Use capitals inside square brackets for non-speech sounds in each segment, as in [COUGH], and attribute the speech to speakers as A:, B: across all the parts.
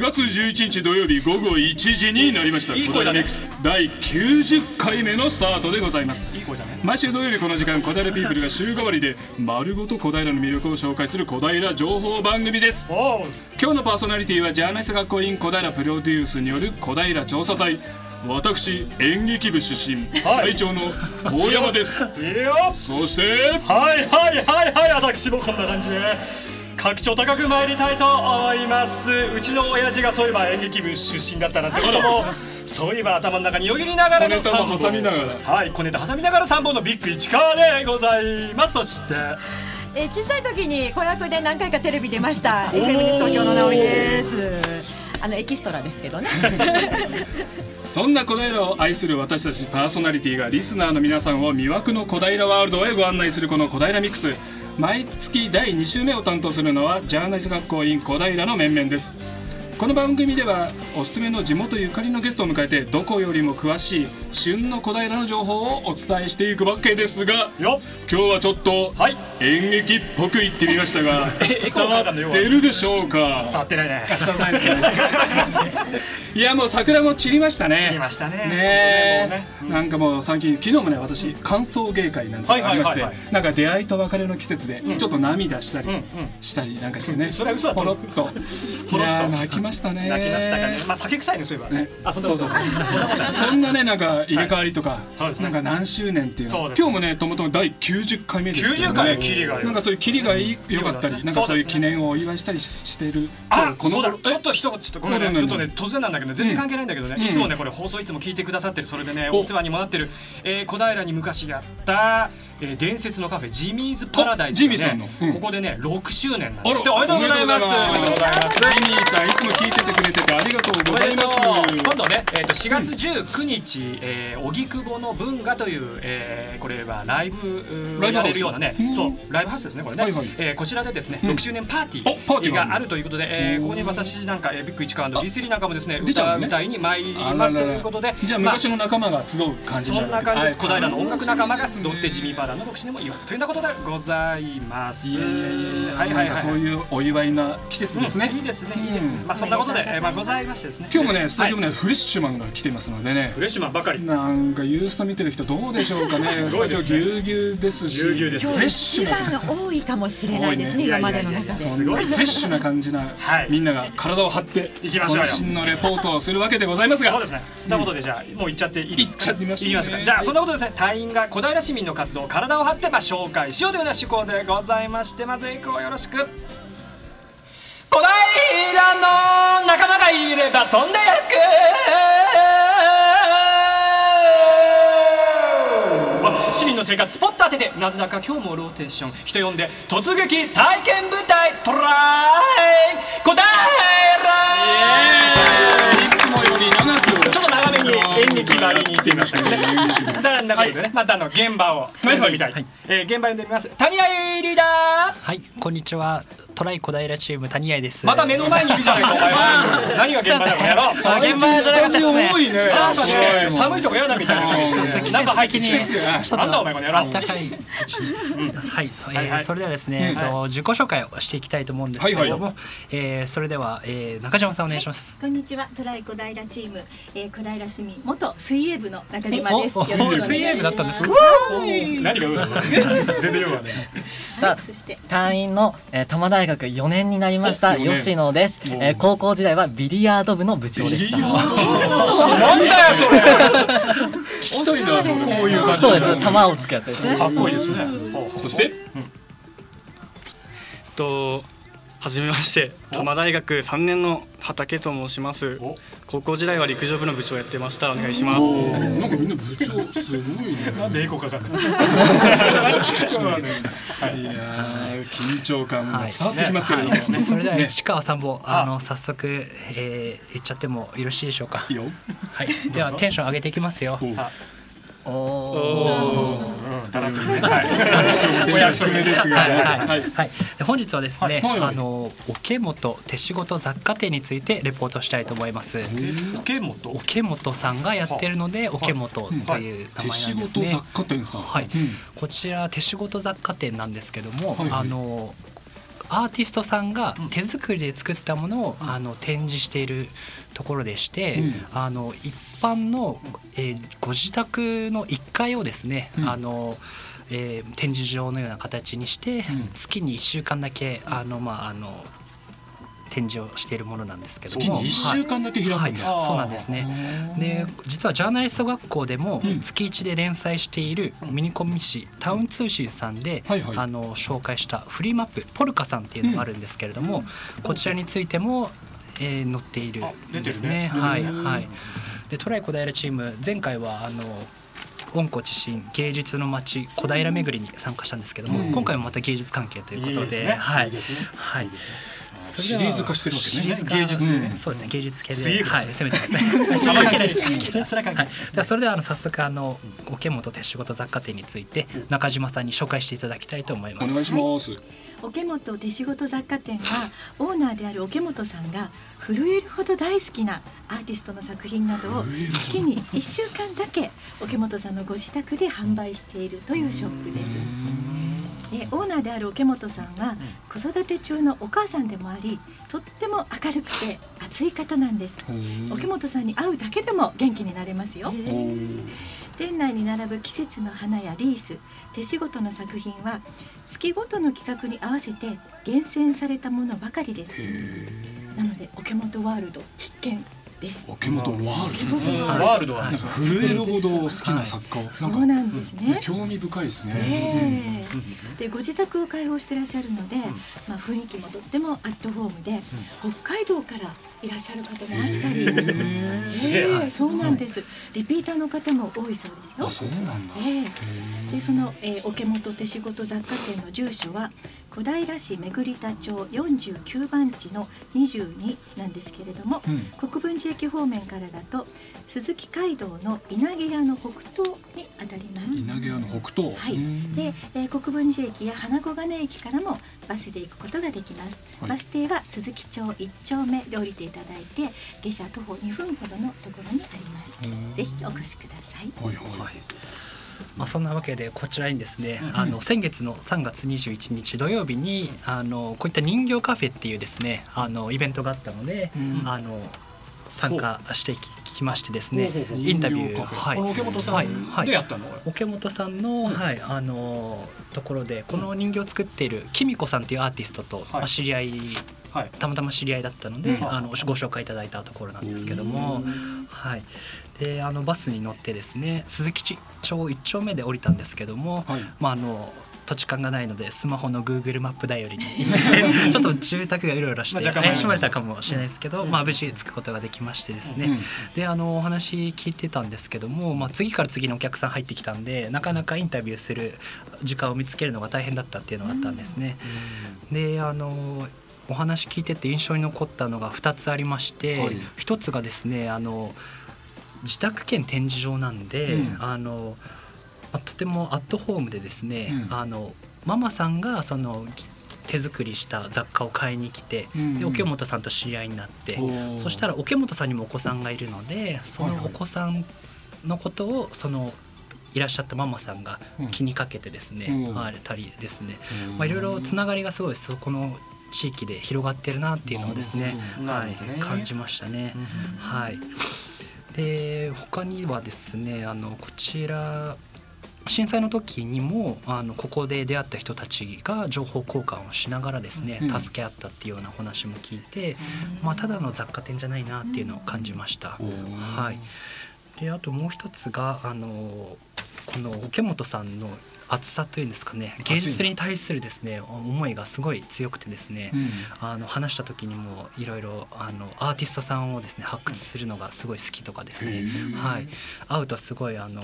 A: 月11日土曜日午後1時になりました
B: いい声だね
A: こだれ Mix 第90回目のスタートでございます
B: いい声だね
A: 毎週土曜日この時間小平ピープルが週替わりで丸ごと小平の魅力を紹介する小平情報番組です
B: おう
A: 今日のパーソナリティはジャーナリスト学校員小平プロデュースによる小平調査隊私演劇部出身
B: はい
A: 会長の高山です
B: いいよ
A: そして
B: はいはいはいはい私もこんな感じで格調高く参りたいと思いますうちの親父がそういえば演劇部出身だったなんてこ
A: [LAUGHS]
B: ともそういえば頭の中によぎりながらの
A: 小ネタも挟みながら
B: はい小ネタ挟みながら3本のビッグ市川でございますそして
C: えー小さい時に子役で何回かテレビ出ました。FM です東京の直美です。あのエキストラですけどね。
A: そんな小平を愛する私たちパーソナリティがリスナーの皆さんを魅惑の小平ワールドへご案内するこの小平ミックス毎月第2週目を担当するのはジャーナリスト学校員小平の面々ですこの番組ではおすすめの地元ゆかりのゲストを迎えてどこよりも詳しい旬の小平の情報をお伝えしていくわけですが
B: よ
A: 今日はちょっと
B: はい
A: 演劇っぽく言ってみましたが
B: [LAUGHS] えエコ
A: 伝
B: ーかか
A: わ
B: んのよ
A: ってるでしょうか
B: 触ってないね
A: 伝わらないですね
B: [LAUGHS]
A: いやもう桜も散りましたね
B: 散りましたね
A: ね
B: 本当ねもうねうん
A: なんかもう最近昨日もね私歓送迎会なんて
B: はい
A: あ
B: はい
A: り
B: は
A: ま
B: いはい
A: してなんか出会いと別れの季節でちょっと涙したり
B: んうん
A: したりなんかしてね
B: それは嘘だと
A: ポ
B: 思
A: ロ
B: う
A: ッ
B: [LAUGHS]
A: といやー泣きましたね
B: 泣きましたかねまあ酒臭いねそういえばね
A: ね
B: あそんなこ
A: そ
B: と
A: うそうそう
B: そんなことない
A: そんな
B: [LAUGHS]
A: ねなんか入れ替わりとか
B: そうです
A: な
B: ね
A: んか何周年っていう
B: そ
A: 今
B: うです
A: 日もねともとも第90回目ですけど
B: 90回キリがよ
A: なんかそういうキリがいい良かった
B: いいことです
A: りな
B: ね
A: んかそういう
B: そうです
A: 記
B: ね
A: 念をお祝いしたりしてる
B: あ、
A: この
B: そうだ
A: 頃
B: ちょっと一言ちょっとごめんね
A: 何
B: ちょ
A: 何
B: っとね突然なんだけど全然関係ないんだけどね、
A: うん
B: いつもねこれ放送いつも聞いてくださってるそれでね
A: お
B: お世話にもらってる、えー、小平に昔やった、えー、伝説のカフェジミーズパラダイス、ね、
A: ジミーさんのうん
B: ここでね6周年なん
A: あ
B: で
A: ら
B: おめでとうございます
A: おめでとうございますジミーさんいつも聞いててくれててありがとう
B: お
A: ござ
B: め
A: い
B: でと
A: ま
B: う
A: す
B: 今度ね、えー、と4月19日、えー、荻窪の文化という、えー、これはライブうー
A: ライブハウス
B: やれるようなね
A: うん
B: そうライブハウスですねこれね、
A: はいはい
B: えーこちらでですね、
A: うん
B: 6周年パーティ
A: おパーティ
B: ー
A: ーがある
B: があるということで、えー、ここに私なんか、えー、ビッグ市川の D3 なんかもですね
A: 出ちゃう
B: 歌
A: のね
B: う歌いに参り
A: あららら
B: ますということで
A: じゃあ
B: ま
A: 昔の仲間が集う感じにな
B: そ
A: る
B: んな感じです、
A: はい
B: 小平の音楽仲間が集ってジミーパーダーの6周年も祝うというようなことでございます
A: いやいやいや
B: はいは
A: な
B: い
A: ん
B: は
A: か
B: い
A: そういうお祝いな季節ですね、
B: うんいいですねいいですね、
A: うん
B: まあそんなことで、えーまあございましてですね
A: 今日もねスタジオに
B: はい
A: はフレッシュマンが来てますのでね、
B: フレッシュマンばかり
A: なんかユースト見てる人どうでしょうかね
B: [LAUGHS] す
A: ス
B: ご
A: タ
B: い
A: ジ
B: で
A: オ
B: すね
A: ぎゅうぎゅうですし
B: ぎゅうぎゅうです
A: フレッシュ
C: 一
A: な
C: 番多いかもしれないですね
B: 多いね
C: 今までの中で。
B: す
A: そん
B: ご
A: ないフレッシュな感じな、
B: はい
A: みんなが体を張って
B: 行きましょうよ
A: 渾身のレポートをするわけでございますが
B: そうですね。そんなことでじゃあ、もう行っちゃっていいですか、
A: 行っちゃってみましょうね
B: 行きかじゃあそんなことでですね。隊員が小平市民の活動を体を張ってまあ紹介しようというような趣向でございまして、まず行こうよろしく。小平の仲間がいれば飛んでやく。市民の生活スポット当ててなぜだか今日もローテーション人呼んで突撃体験部隊トライ小平
A: いつもより長く
B: ちょっと長めに演劇ばりに行ってみましたけどね。だからなことでね、またあの現場を見てみたい。えー現場に出みます。谷合リーダー。
D: はい、こんにちは。トライ小平チーム谷合です。
B: また目の前にいるじゃないかお前は。何が現場だこの野郎。
D: あ現場じゃなか
A: ス
D: っ
A: タ
D: たで
A: ジオ
D: すね。
A: 多いね
B: なんかね
A: すごいも
B: 寒いとこ嫌だみたいな感じで
A: うん
B: ね。中入ってきて
A: 季節が
B: なんだお前この野郎
D: あったかい。はい、え
B: はい
D: ー
B: はい
D: それではですね、えっと自己紹介をしていきたいと思うんですけれども、えーそれでは、えー中島さんお願いします。
E: こんにちは、トライ小平チーム、えー、小平市民元水泳部の中島です。
D: お
E: よろ
D: お
E: しくお願いします。
D: 水泳部だったんですね
B: 何がうだ。全然よくわかんない。
F: さ
E: は
F: あ
E: いそして、
F: 隊員の、えー、多摩大学4年になりました
A: お四年
F: 吉野です、
A: お
F: えー高校時代はビリヤード部の部長でした
B: なんだよそれ。
A: 一人だそうこういう感じ
F: そうです玉をつくやつですね
B: かっこいいですね。ほう
A: そして
G: えっと、はじめまして、多摩大学三年の畑と申します
B: お。
G: 高校時代は陸上部の部長をやってました。お願いします。
A: なんかみんな部長すごいね
B: なんで英語かかるの。
A: [LAUGHS] いやー緊張感が伝わってきますけれども、
D: はい、それでは
A: ね
D: 市川さんもあの早速、えー、言っちゃってもよろしいでしょうか
A: い。いよ
D: はい、ではテンション上げていきますよ。
F: お
D: [LAUGHS]
F: おー
G: おー
B: だらけねはい。お約束
A: 目ですが、
D: はい
A: ね、
D: はいはい、で本日はですね、
A: はい
D: あ
A: はい
D: の桶本手仕事雑貨店についてレポートしたいと思います。
B: 受け元。
D: 桶本さんがやってるので桶本という名前なん
A: 手
D: です
A: 仕
D: ね。
A: 事雑貨店さん、
D: はい
A: うん
D: こちら手仕事雑貨店なんですけども、
A: はいはい
D: あのアーティストさんが手作りで作ったものを、あの展示しているところでして、あの一般の、えーご自宅の1階をですね、あのえー展示場のような形にして、月に1週間だけあの、まあ、あの展示をしているものなんですけども
A: 月に1週間だけ開く
D: はい
A: んだ、
B: あー
D: そうなんですねで実はジャーナリスト学校でも月1で連載しているミニコミ誌「タウン通信」さんで、
A: はいはい
D: あの紹介したフリーマップ「ポルカさん」っていうのがあるんですけれども、こちらについても、えー載っている
B: あ出てるね
D: んですね。はいはい、でトライ小平チーム前回はあの温故知新芸術の街小平巡りに参加したんですけども、今回もまた芸術関係ということで
B: いいですね
D: はい
B: いですね
D: はい、それ
A: シ
D: では
A: リーズ化してるわけね
D: シリーズ化
A: 芸術でね
D: うんそうですね芸術系
A: すげえ
D: で、
A: かも
D: は
A: しれ
D: い、攻めてくだ
A: [LAUGHS]
D: さい。関係ないです関係ないです
B: それは関係
D: は
B: ない
D: い、じゃあそれではあの早速あの桶本手仕事雑貨店について中島さんに紹介していただきたいと思います
A: お。願いします、
E: 桶本手仕事雑貨店はオーナーである桶本さんが震えるほど大好きなアーティストの作品などを月に1週間だけ桶本さんのご自宅で販売しているというショップです。でオーナーである桶本さんは子育て中のお母さんでもありとっても明るくて熱い方なんです桶本さんに会うだけでも元気になれますよ店内に並ぶ季節の花やリース手仕事の作品は月ごとの企画に合わせて厳選されたものばかりですなので桶本ワールド必見です
A: おけもとワールド
B: うん
D: はい
B: ワールドは
A: なんか震えるほど好きな作家を、
E: そ
A: な
E: うん
A: か
E: なんですね、
A: 興味深いです
E: え
A: ね、
E: えでご自宅を開放してらっしゃるので、まあ、雰囲気もとってもアットホームで、北海道からいらっしゃる方もあったり、ええそうなんです、リピーターの方も多いそうですよ
A: あ。そうなんだ、
E: ええでその、えー、桶本手仕事雑貨店の住所は小平市巡田町49番地の22なんですけれども、
A: うん
E: 国分寺駅方面からだと鈴木街道の稲毛屋の北東にあたります。
A: 稲毛屋の北東、
E: はい
A: うん
E: で、えー国分寺駅や花小金駅からもバスで行くことができます、
A: はい
E: バス停は鈴木町1丁目で降りていただいて下車徒歩2分ほどのところにあります
A: うん
E: ぜひお越しください
A: はいはい、
D: はいまあ、そんなわけでこちらにですね、あの先月の3月21日土曜日にあのこういった人形カフェっていうですねあのイベントがあったので、あの参加してききましてですね
B: ほうほうほう
D: インタビュ
A: 人形
D: ー
A: カフェ
D: はい
B: この桶本さ
D: はいは
B: ん
D: い
B: でやったの、これ
D: 桶本さんの、はいあのところでこの人形を作っているきみこさんっていうアーティストと、まあ知り合い
B: はい
D: たまたま知り合いだったので、
B: うん
D: あのご紹介いただいたところなんですけども、はい、であのバスに乗ってですね鈴木町1丁目で降りたんですけども、
A: はい
D: まあ、あの土地勘がないのでスマホの Google マップ頼りに [LAUGHS] ちょっと住宅がうろうろして
B: まあ若干
D: 怪しまれたかもしれないですけど、まあ、無事着くことができましてですね、であのお話聞いてたんですけども、まあ、次から次のお客さん入ってきたんでなかなかインタビューする時間を見つけるのが大変だったっていうのがあったんですね。であのお話聞いてて印象に残ったのが2つありまして、
A: はい
D: 1つがですねあの自宅兼展示場なんで、
A: うん
D: あのまあとてもアットホームでですね、
A: うん
D: あのママさんがそのき手作りした雑貨を買いに来て、
A: うん
D: で桶本さんと知り合いになって、
A: おー
D: そしたら桶本さんにもお子さんがいるのでそ
A: はい
D: の
A: はい
D: お子さんのことをそのいらっしゃったママさんが気にかけてですね、
A: うん
D: あたりですね、
A: うん
D: まあ、いろいろつながりがすごいそこの地域で広がってるなっていうのをですね、
B: な
D: は
B: るほどね
D: い、感じましたね。はい、で他にはですねあのこちら震災の時にもあのここで出会った人たちが情報交換をしながらですね、
A: うん
D: 助け合ったっていうようなお話も聞いて、まあ、ただの雑貨店じゃないなっていうのを感じました。
A: うん
D: はい、であともう一つがあのこの桶本さんの熱さというんですかね芸術に対するですね思いがすごい強くてですね、
A: うん
D: あの話した時にもいろいろあのアーティストさんをですね発掘するのがすごい好きとかです
A: へ
D: ね、
A: ー
D: はい、会うとすごいあの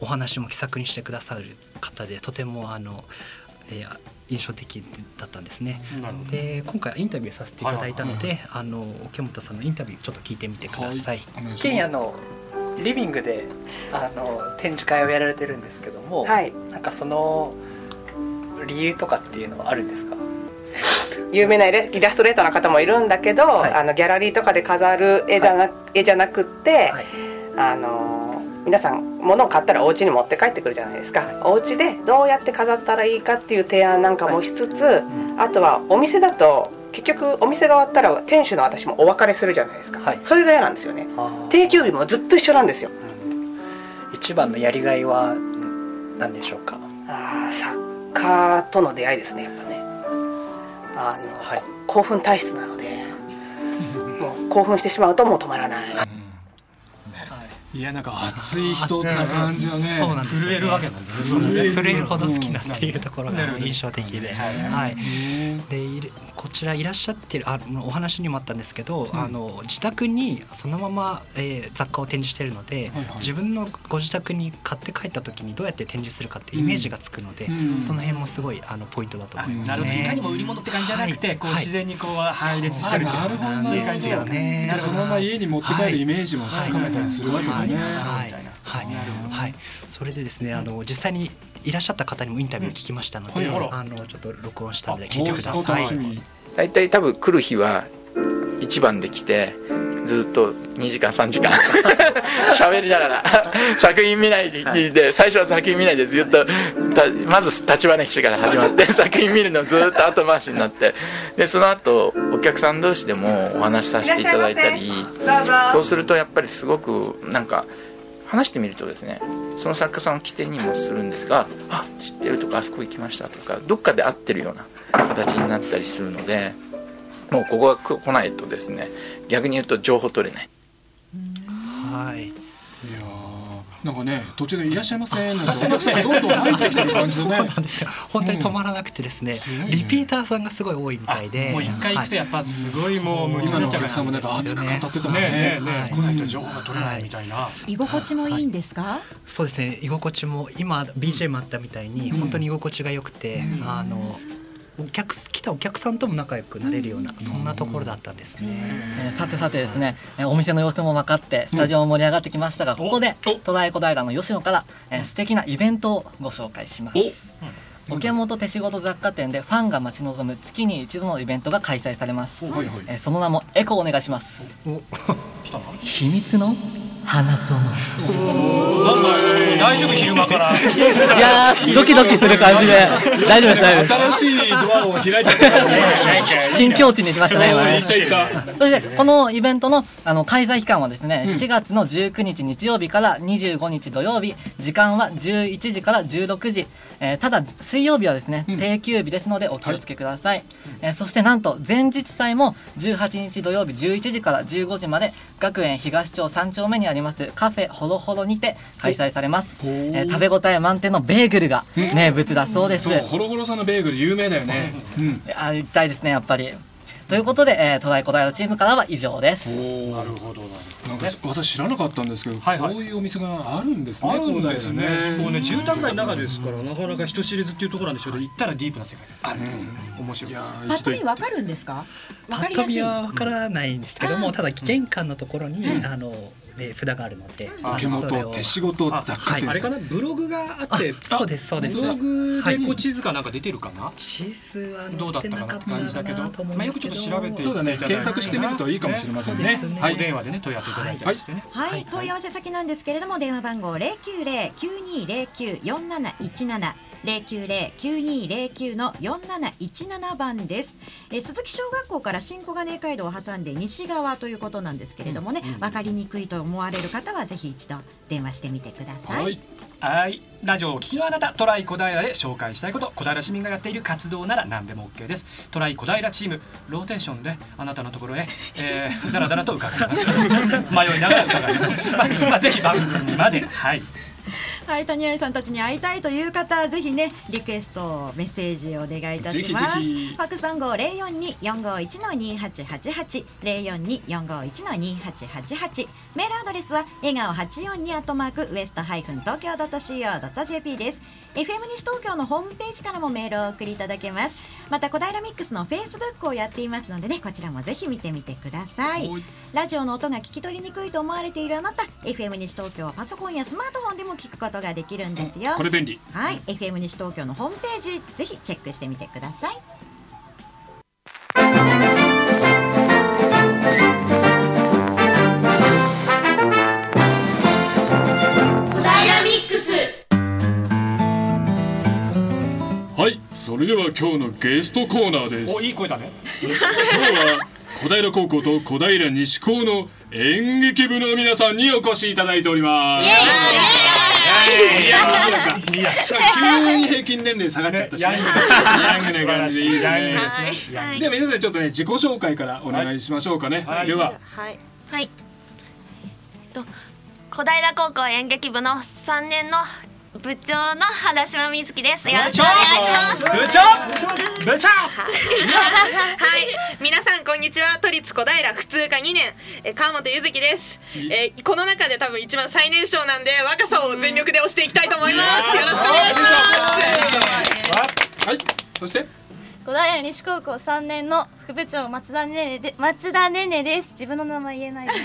D: お話も気さくにしてくださる方でとてもあの、えー印象的だったんですね。
B: なるほ
D: で今回インタビューさせていただいたので、あの桶本さんのインタビューちょっと聞いてみてください。
A: お願いし
F: 深
A: ま
F: 夜
A: す
F: のリビングであの展示会をやられてるんですけども、
H: はい、
F: なんかその理由とかっていうのはあるんですか
H: 有名なイライラストレーターの方もいるんだけど、
F: はい
H: あのギャラリーとかで飾る絵じゃな,、絵じゃなくって、
F: はい
H: あの皆さん物を買ったらお家に持って帰ってくるじゃないですかお家でどうやって飾ったらいいかっていう提案なんかもしつつ、あとはお店だと結局お店が終わったら店主の私もお別れするじゃないですか、
I: はい
H: それが嫌なんですよね
I: あー
H: 定休日もずっと一緒なんですよ
I: 一番のやりがいはうん何でしょうか
H: あー作家との出会いですねやっぱねあの、
I: はい
H: こ興奮体質なの
J: [LAUGHS]
H: でもう興奮してしまうともう止まらない
A: いやなんか熱い人な感じはね
D: そうなんですよね
B: 震えるわけなんです
A: 震える
D: 震えるほど好きなっていうところ
B: なる
D: が
B: ほど
D: 印象的で、
B: はい
D: はい、
A: ね
D: でいるこちらいらっしゃってるあお話にもあったんですけど、あの自宅にそのまま、えー雑貨を展示してるので、
A: はいはい
D: 自分のご自宅に買って帰った時にどうやって展示するかっていうイメージがつくので、
A: うん
D: その辺もすごいあのポイントだと
B: あ
D: 思います、ね。
B: なるほどいかにも売り物って感じじゃなくて、
D: はい
B: こう
D: はい
B: 自然にこう配列してるっていう
A: あなるほど
B: そういう感じだよね
D: ね
A: そのまま家に持って帰るイメージもつかめたりするわけだね、
D: はいはいはい、それでですね、あの実際にいらっしゃった方にもインタビュー聞きましたので、
A: うんはい
D: あのちょっと録音したので聞いてくださ
A: お
D: い。
A: お楽しみに、
K: 大体多分来る日は一番で来てずっと2時間3時間 [LAUGHS] 喋りながら作品見ないでで最初は作品見ないでずっとたまず立ち話から始まって作品見るのずっと後回しになってでその後お客さん同士でもお話しさせていただいたりそうするとやっぱりすごくなんか話してみるとですねその作家さんを起点にもするんですが「あ知ってる」とか「あそこ行きました」とかどっかで会ってるような形になったりするのでもうここが来来ないとですね逆に言うと情報取れない。
D: はい。
A: いやーなんかね途中で「いらっしゃいませ」なんてお客さんがどんどん入ってきてる感じでね
D: そう [LAUGHS] なんですよ本当に止まらなくてですね、
A: すごいね
D: リピーターさんがすごい多いみたいで
B: もう一回行くとやっぱすごいもう夢中
A: 今
B: にな
A: の
B: っ
A: お
B: ちゃう
A: 客
B: から
A: さんもなんか熱く語ってた
D: ね
A: ね
B: ねえ
D: は
B: ね
D: い
B: え来ないと情報が取れないみたいな
L: 居心地もいいんですか、
D: そうですね居心地も今 BGM あったみたいに
A: うん
D: 本当に居心地が良くて、
A: うん
D: あのお客来たお客さんとも仲良くなれるような、そんなところだったんですね。
M: えーさてさてですね、えーお店の様子も分かってスタジオも盛り上がってきましたが、ここで
A: お
M: 戸田江小平の吉野から、えー素敵なイベントをご紹介します
A: お
M: 桶本手仕事雑貨店でファンが待ち望む月に一度のイベントが開催されます、
A: はいはい
M: えーその名もエコお願いします
D: お
M: 秘密の花園
B: なんだよ大丈夫昼間から
M: いやードキドキする感じで大丈夫です大丈夫です
A: 新しいドアを開いちゃった感じで
M: 新境地に行きましたね今ね
A: いたいた
M: そしてこのイベントのあの開催期間はですね、4月の19日日曜日から25日土曜日時間は11時から16時、えーただ水曜日はですね、定休日ですのでお気をつけください、えーそしてなんと前日祭も18日土曜日11時から15時まで学園東町3丁目にありますカフェホロホロにて開催されます、えー食べ応え満点のベーグルが名物だそうです、
A: そうホロホロさんのベーグル有名だよねうん
M: あ行きたいですねやっぱりということで、えー、トライコダイロチームからは以上です
A: なるほどなんか私知らなかったんですけど、
B: はいはい
A: こういうお店があるんですね。
B: [LAUGHS] あるんですね
A: こういうの
B: もうね住宅街の中ですからなかなか人知れずっていうところなんでしょうけど行ったらディープな世界ある面白い
A: いや
B: です
A: ー
L: パ
A: 一
L: ッと
A: 度
L: 見
A: 行っ
L: わ
A: て
L: かるんですかわかりや
D: パッと
L: す
D: 見
L: い
D: はわからないんですけども、
L: うん
D: ただ玄関のところに、あのえー札があるので、あの
A: 手
D: それを
A: 元手仕事雑貨店
B: あれ
A: さ
B: か
A: ん。
B: なブログがあって
D: あそうですそうです
B: ブログでこ
D: は
B: う
D: い
B: 地図かなんか出てるかな
D: チーズは
B: どう
D: 乗
B: だっ
D: って
B: た
D: なか
B: かなっ
D: ってた
B: 感じだけど
D: なと思うん
B: まあよ
D: です
B: く
D: け
B: ち
D: ど
B: ょっと調べて
A: そうだね検索してみるといいかもしれませんね
D: そうですね
A: はい
B: お電話でね問い合わせいただいたりしてね
L: はい、問い合わせ先なんですけれども、電話番号零九零九二零九四七一七。零九零九二零九の四七一七番です。えー鈴木小学校から新小金井街道を挟んで西側ということなんですけれどもね、わ、かりにくいと思われる方はぜひ一度電話してみてください。
A: はい。
B: はいラジオをお聞きのあなたトライ小平で紹介したいこと小平市民がやっている活動なら何でも OK ですトライ小平チームローテーションであなたのところへ、えー、だらだらと伺います迷いながら伺います、まあまあ、ぜひ番組まではい
L: はい、谷合さんたちに会いたいという方、ぜひね、リクエスト、メッセージお願いいたします。
A: ぜひぜひ
L: ファックス番号零四二四五一の二八八八、零四二四五一の二八八八。メールアドレスは、笑顔八四二アットマーク、ウエストハイフン東京ドット C. O. ドット J. P. です。FM 西東京のホームページからもメールをお送りいただけます。また、小平ミックスのフェイスブックをやっていますのでね、こちらもぜひ見てみてください。ラジオの音が聞き取りにくいと思われているあなた、FM 西東京はパソコンやスマートフォンでも聞くことができるんですよ。
A: これ便利。
L: はい、FM 西東京のホームページぜひチェックしてみてください。
A: それでは今日のゲストコーナーです
B: おいい声だね
A: 今日は小平高校と小平西高の演劇部の皆さんにお越しいただいております。いやいやいやいや急に平均年齢下がっちゃったし、ね、ヤングな感じでいいですね。
N: はい
A: では皆さんちょっとね自己紹介からお願いしましょうかね。では
N: はい。はい。えっと、小平高校演劇部の3年の部長の原島みずきです。よろしくお願いします。
B: 部長部長
O: はい、皆さんこんにちは。都立小平普通科2年、えー川本ゆずきです。えーこの中で多分一番最年少なんで、若さを全力で押していきたいと思います。よろしくお願いし
A: はい。そして
P: 小平西高校三年の副部長松田ねねで松田ねねです。自分の名前言えないです。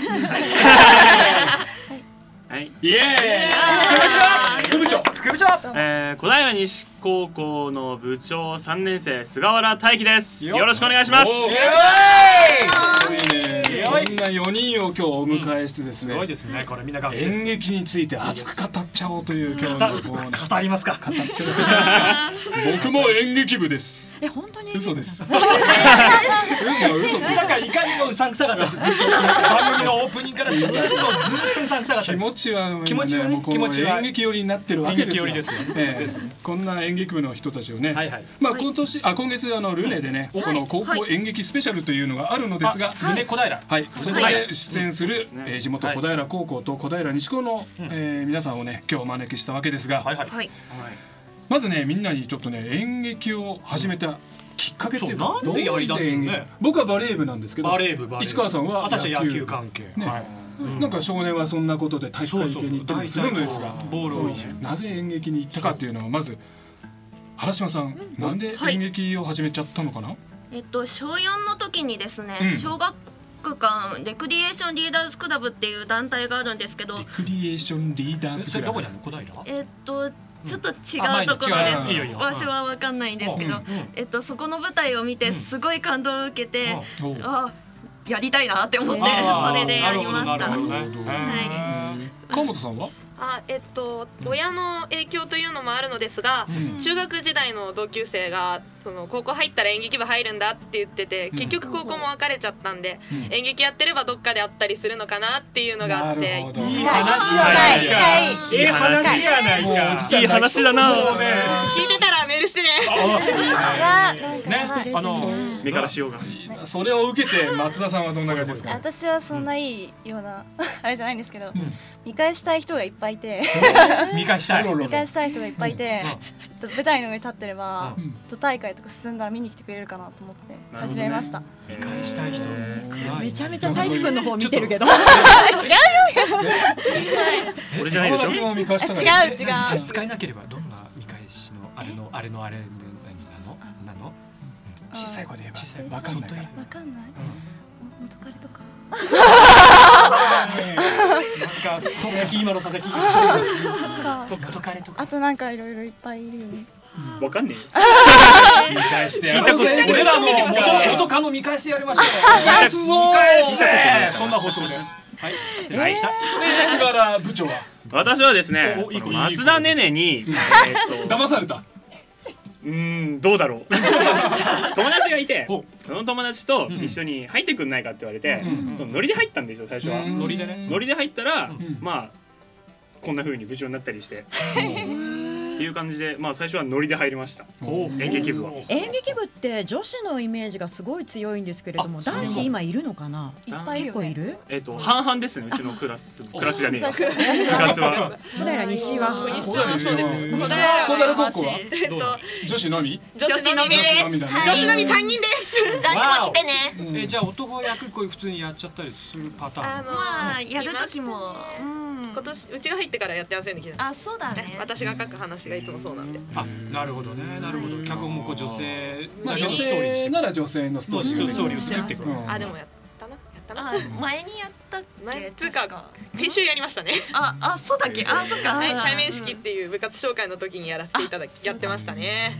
Q: はい、
A: イエ
Q: ーイ
A: 副部長
B: 副部長
Q: えー、小平西高校の部長3年生菅原大輝ですよろしくお願いします
A: こんな4人を今日お迎えしてですね、すごいです
B: ねこれみんな学生
A: 演劇について熱く語っちゃおうという今日のコーナー
B: 語りますか
A: 語っちゃいますか僕も演劇部です
B: え本当に
A: 嘘です
B: うん嘘つかいかにもうさんくさかったですずっと番組のオープニングからずっとずっとうさんくさかったです気持
A: ちは
B: 気持ちはね
A: もうこの
B: 気持ちは
A: 演劇寄りになってるわけですよ
B: 演劇寄りですよ
A: ええ
B: ですよ
A: こんな演劇部の人たちをね、まあ今年、あ今月あのルネでね、この高校演劇スペシャルというのがあるのですが、
B: あルネ小平
A: はい、そこで出演する、えー地元小平高校と小平西高の、えー皆さんをね今日お招きしたわけですが、
O: はい。
A: まずねみんなにちょっとね演劇を始めたきっかけっていうか、
B: そうなんでやり
A: どう
B: だすのね
A: して演劇僕はバレー部なんですけど
B: バレー部バレー部
A: 市川さんは
B: 私は野球関係
A: ねなんか少年はそんなことで体育会系に行ったりするのですが
B: そうそうボールをいじる
A: そうなぜ演劇に行ったかっていうのをまず原島さん、なんで演劇を始めちゃったのかな、
N: えっと小4の時にですね、
A: うん
N: 小学館レクリエーションリーダーズクラブっていう団体があるんですけど、
A: クリエーションリーダーズ
B: それどこにあるの小平
N: えっとちょっと違
B: あ前
N: う
B: に
N: ところで
B: 違ういいよいい
N: す。
B: よ
N: 私はわかんないんですけど
B: うんうん、
N: えっとそこの舞台を見てすごい感動を受けて
A: うんうん、
N: あやりたいなって思って
A: あー
N: それでやりました。
A: なるほどな
N: は
A: るほど
N: い。
A: 川本さんは
O: あえっと、親の影響というのもあるのですが、
A: うん
O: 中学時代の同級生がその高校入ったら演劇部入るんだって言ってて、
A: うん
O: 結局高校も別れちゃったんで、
A: うん
O: 演劇やってればどっかであったりするのかなっていうのがあって
B: いい話やないかいい話やないか
Q: いい話だな
B: もうね
O: 聞いてたらメールしてね。
B: ねあの
Q: 目からしようが
A: それを受けて松田さんはどんな感じですか
P: 私はそんないいような [LAUGHS] あれじゃないんですけど、見返したい人がいっぱいいて、
B: 見返したい
P: 見返したい人がいっぱいいて、と舞台の上に立ってれば、
B: うん
P: と大会とか進んだら見に来てくれるかなと思って
B: ほどね
P: 始めました。
B: 見返したい人
E: めちゃめちゃ大輝くんの方見てるけど。
B: 俺じゃないでしょ
A: 違う違
P: 違う違う
B: 差し支えなければどんな見返しのあれのあれのあれの何なのなの
A: 小さい声で言
P: えば
B: わかんないから
P: わかんない。元彼と
B: [LAUGHS]
P: か。
B: なんか佐々木今の佐
P: [LAUGHS]
B: 々木
P: と
B: かとかれと
P: あとなんかいろいろいっぱいいるよね。
Q: わかんね
A: [LAUGHS]
Q: え
A: 見返して
B: 聞いたことない俺らも元々かの見返しやりましたよ
A: 安そう
B: [LAUGHS] 見返してそんな放送ではい失礼しました
A: で菅原部長は
Q: 私はですね
A: おいい子
Q: この松田ねねに、えー
A: [LAUGHS]
Q: っと
A: 騙された
Q: うーんどうだろう [LAUGHS] 友達がいてその友達と一緒に入ってくんないかって言われて、そのノリで入ったんですよ最初は
A: うんノリでね
Q: ノリで入ったら、まあこんな風に部長になったりして、 [LAUGHS] っていう感じでまあ最初はノリで入りました演劇部は
L: 演劇部って女子のイメージがすごい強いんですけれども男子今いるのかない
Q: っぱいいる
L: 結構いる
Q: えっ、と半々ですねうちのクラスクラスじゃねえ
A: [LAUGHS]
Q: や
L: あ
Q: 部活は
L: 小平西は
O: 小平西は
A: 小
O: 小
A: 平
O: 平
A: 小平高校は
O: えっと
A: 女子のみ
O: 女子のみです
A: 女子のみだね
O: 女子のみ三人です。
N: 男子も来てね。
B: えじゃあ男役こういう普通にやっちゃったりするパターン
N: まあやる時も。
O: 今年うちが入ってからやってませんできた。
N: あそうだね。
O: 私が書く話がいつもそうなんで。
B: あなるほどねなるほど脚本もこう女性
A: まあ
B: なり
A: 女
B: のストーリーにして
A: 性なら女性のストーリー
B: ストーリーを作っていく
A: うん
O: あでもやったなやったな。
N: 前にやったっ
O: 前つうか先週やりましたね。
N: ああそうだっけあそっか
O: はい
N: うん
O: 対面式っていう部活紹介の時にやらせていただきやってましたね。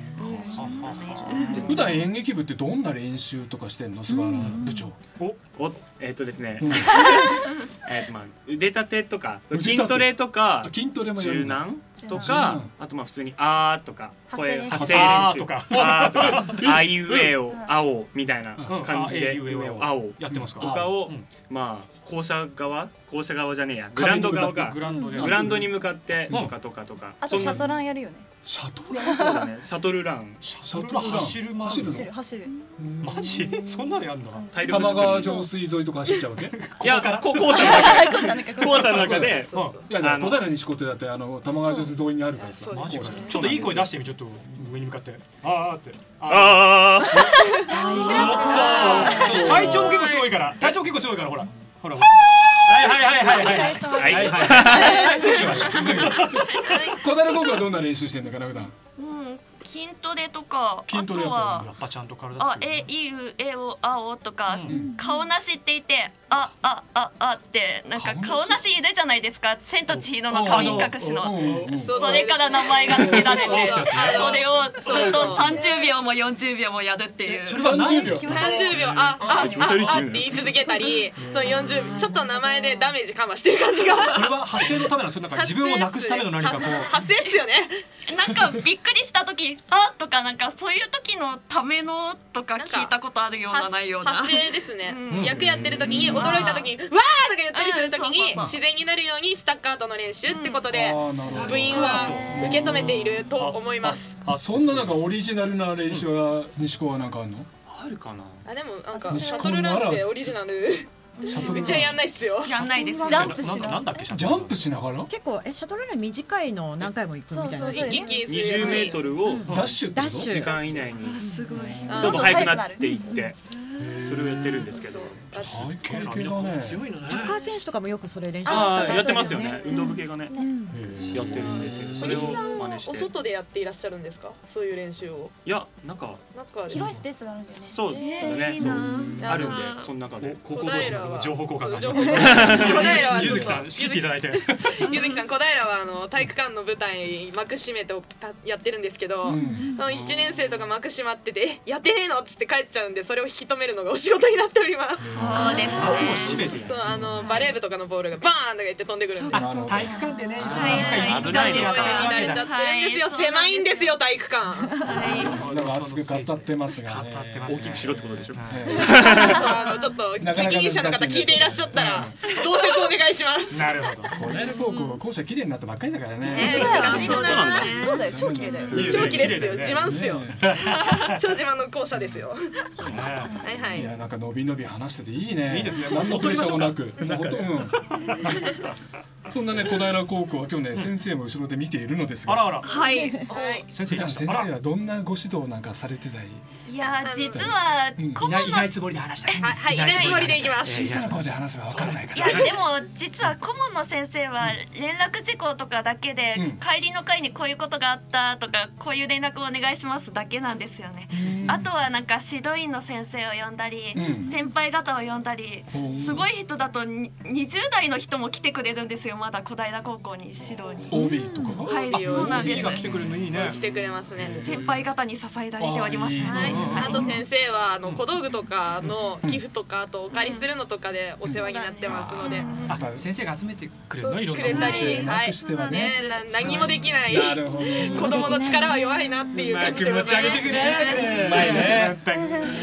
A: で普段演劇部ってどんな練習とかしてんの菅原部長、
Q: おおえっ、とですねえっとまあ腕立てとか
A: 腕立て
Q: 筋トレとか
A: 筋トレもやる
Q: 柔
A: んだ
Q: 軟と
A: 柔
Q: か
A: 軟
Q: あとまあ普通にあーとか
A: 発声練習
Q: 発声練習
A: あー
Q: あー
A: と
Q: と
A: か
Q: かあいうえおあおみたいな
A: うん
Q: 感じ
A: あ
Q: で
A: いうえお
Q: あお
A: やってますか
Q: とかをまあ校舎側校舎側じゃねえやグ
A: 壁
Q: ラウン
A: に
Q: ド
A: 向か
Q: 側
A: って
Q: が
A: グ
Q: グ
A: ラウンドで
Q: ラウンドに向かってとかとかとか
P: あとシ
Q: そん
P: ャ
Q: な
P: トランやるよね
A: シャト
Q: そうだねシャトルラン
A: シャトルラン走る走る
P: 走る走る
A: のマジそんなのやんの
Q: 体
A: 玉
Q: 力作り
A: 川上水沿いとか走っちゃうわけ
Q: いやこ校舎の中で
P: 校舎の中
Q: 校舎の中で
A: うんいやだから小平西湖ってだってあの玉川上水沿いにあるからさ
Q: マジか
A: 校舎
Q: ちょっといい声出して
A: みちょっと上に向かってああって
Q: あ
A: あ
B: ちょっと体調も結構すごいから体調結構すごいからほらほらほらはいはいはい
A: は
B: はいはい
A: いはい
B: は
A: は
B: い
A: いどうしました小平高校はどんな練習してんだかな普段
N: うん筋トレとか
A: 筋トレ
N: あ
A: や
N: と
A: った
N: は
A: のやっぱちゃんと体
N: あえいうえおあおとか、顔なしって言ってああああってなんか顔なしいるじゃないですか千と千尋の神隠しのそれから名前が付けられてそれをずっと30秒も40秒もやるっていう
A: 30秒
O: 30秒ああああって言い続けたり、そう40秒ちょっと名前でダメージカバーしてる感じが。
N: [LAUGHS]
B: それは発声のためなのそれなんか自分をなくすための何かこう
N: 発生ですよねなんかびっくりした時あとかなんかそういう時のためのとか聞いたことあるようなないような
O: 発声ですね、
N: うん
O: 役やってる時に
N: うん
O: 驚いた時に「わー!」とかやったりする時に
N: うんそうそうそう
O: 自然になるようにスタッカートの練習ってことで
A: うんあーなるほど
O: 部員は受け止めていると思います
A: あそんな中オリジナルな練習は西高はなんかあるの
Q: あるかな
O: あでもなんか
A: うん
O: シャトルランってオリジナル
A: シャトルラン
O: めっちゃやんないっすよ
N: やんないです
L: ジャンプしななん
A: だっけジャンプしながら
L: 結構えシャトルラン短いのを何回も行くみたいな
O: そうそうそう一気にする
Q: 20メートルを
A: ダッシュってこと
Q: 時間以内に
O: すごい
Q: どんどん速くなっていってそれをやってるんですけど
A: 体型系だね
L: サッカー選手とかもよくそれ練習
Q: ああ
L: サッカー
Q: やってますよ
L: そう
Q: ね
L: で
Q: 運動部系がねやってるんですけどそれ
O: 小西
Q: を
O: さん
Q: 真
O: は
Q: 似し
O: お
Q: て
O: 外でやっていらっしゃるんですかそういう練習を
Q: いやなんか
O: 中で
P: 広いスペースがあるんだよね
Q: そうですよねそうあるんでその中で
A: 高
O: 校同士の情
A: 報交換
O: が始まる小平は
A: ゆずきさん仕切っていただいて
O: ゆずきさん小平はあの体育館の舞台幕閉めておたやってるんですけど、
A: うん
O: その1年生とか幕閉まってて「えやってねえの?」っつって帰っちゃうんでそれを引き止めるのがお仕事になっております
N: そうですね
Q: あもう閉めてやる
O: そうあのバレー部とかのボールがバーンとか言って飛んでくるんで
B: 体育館でね
Q: はい危ないのか
O: 慣れちゃってるんですよ、狭いんですよ体育館
A: なんか熱く語ってますがね
Q: 大きくしろってことでしょ
O: あのちょっと
A: なかなか難しい
O: 責任
A: ね
O: 者の方聞いていらっしゃったら同説お願いします
A: なるほど小平高校校舎綺麗になったばっかりだからね
O: 本当だよ難しいと思う
P: そうだよ超綺麗だよ
O: 超綺麗ですよ
A: 綺麗だよね
O: 自慢っすよ超自慢の校舎ですよはいはいい
A: やなんか伸び伸び話してていいね。
Q: いいですね
A: 何のプレッシャーもなく。
Q: なんか
A: うん
Q: ね
A: そんなね小平高校は去年先生も後ろで見ているのですが。
B: あらあら
N: はい
A: 先生先生はどんなご指導なんかされてたり。
N: いやー実は顧問
A: い
N: の
A: ないつもりで話したい。
O: はいいないつもりでいきます
A: 小さな声で話せばわからないか
N: いやでも実は顧問の先生は連絡事項とかだけで、
A: うん
N: 帰りの会にこういうことがあったとかこういう連絡をお願いしますだけなんですよね。あとはなんか指導員の先生を呼んだり、
A: うん
N: 先輩方を呼んだり、
A: ほう
N: すごい人だとに20代の人も来てくれるんですよまだ小平高校に指導に。
A: ら。OB とか。
N: はいそうなんです。
B: 来てくれるのいいね
O: 来てくれますね
N: 先輩方に支えられております。
O: はい、あと先生はあの小道具とかの寄付とかあとお借りするのとかでお世話になってますので、
B: あ先生が集めてくれるのいろん
O: く
B: な
O: れたり、
B: は
O: はいい、
B: そうだ
O: ね
B: ね
O: な何もできない、
B: なるほど
O: 子供の力は弱いなっていう感じでございます。
A: うまいね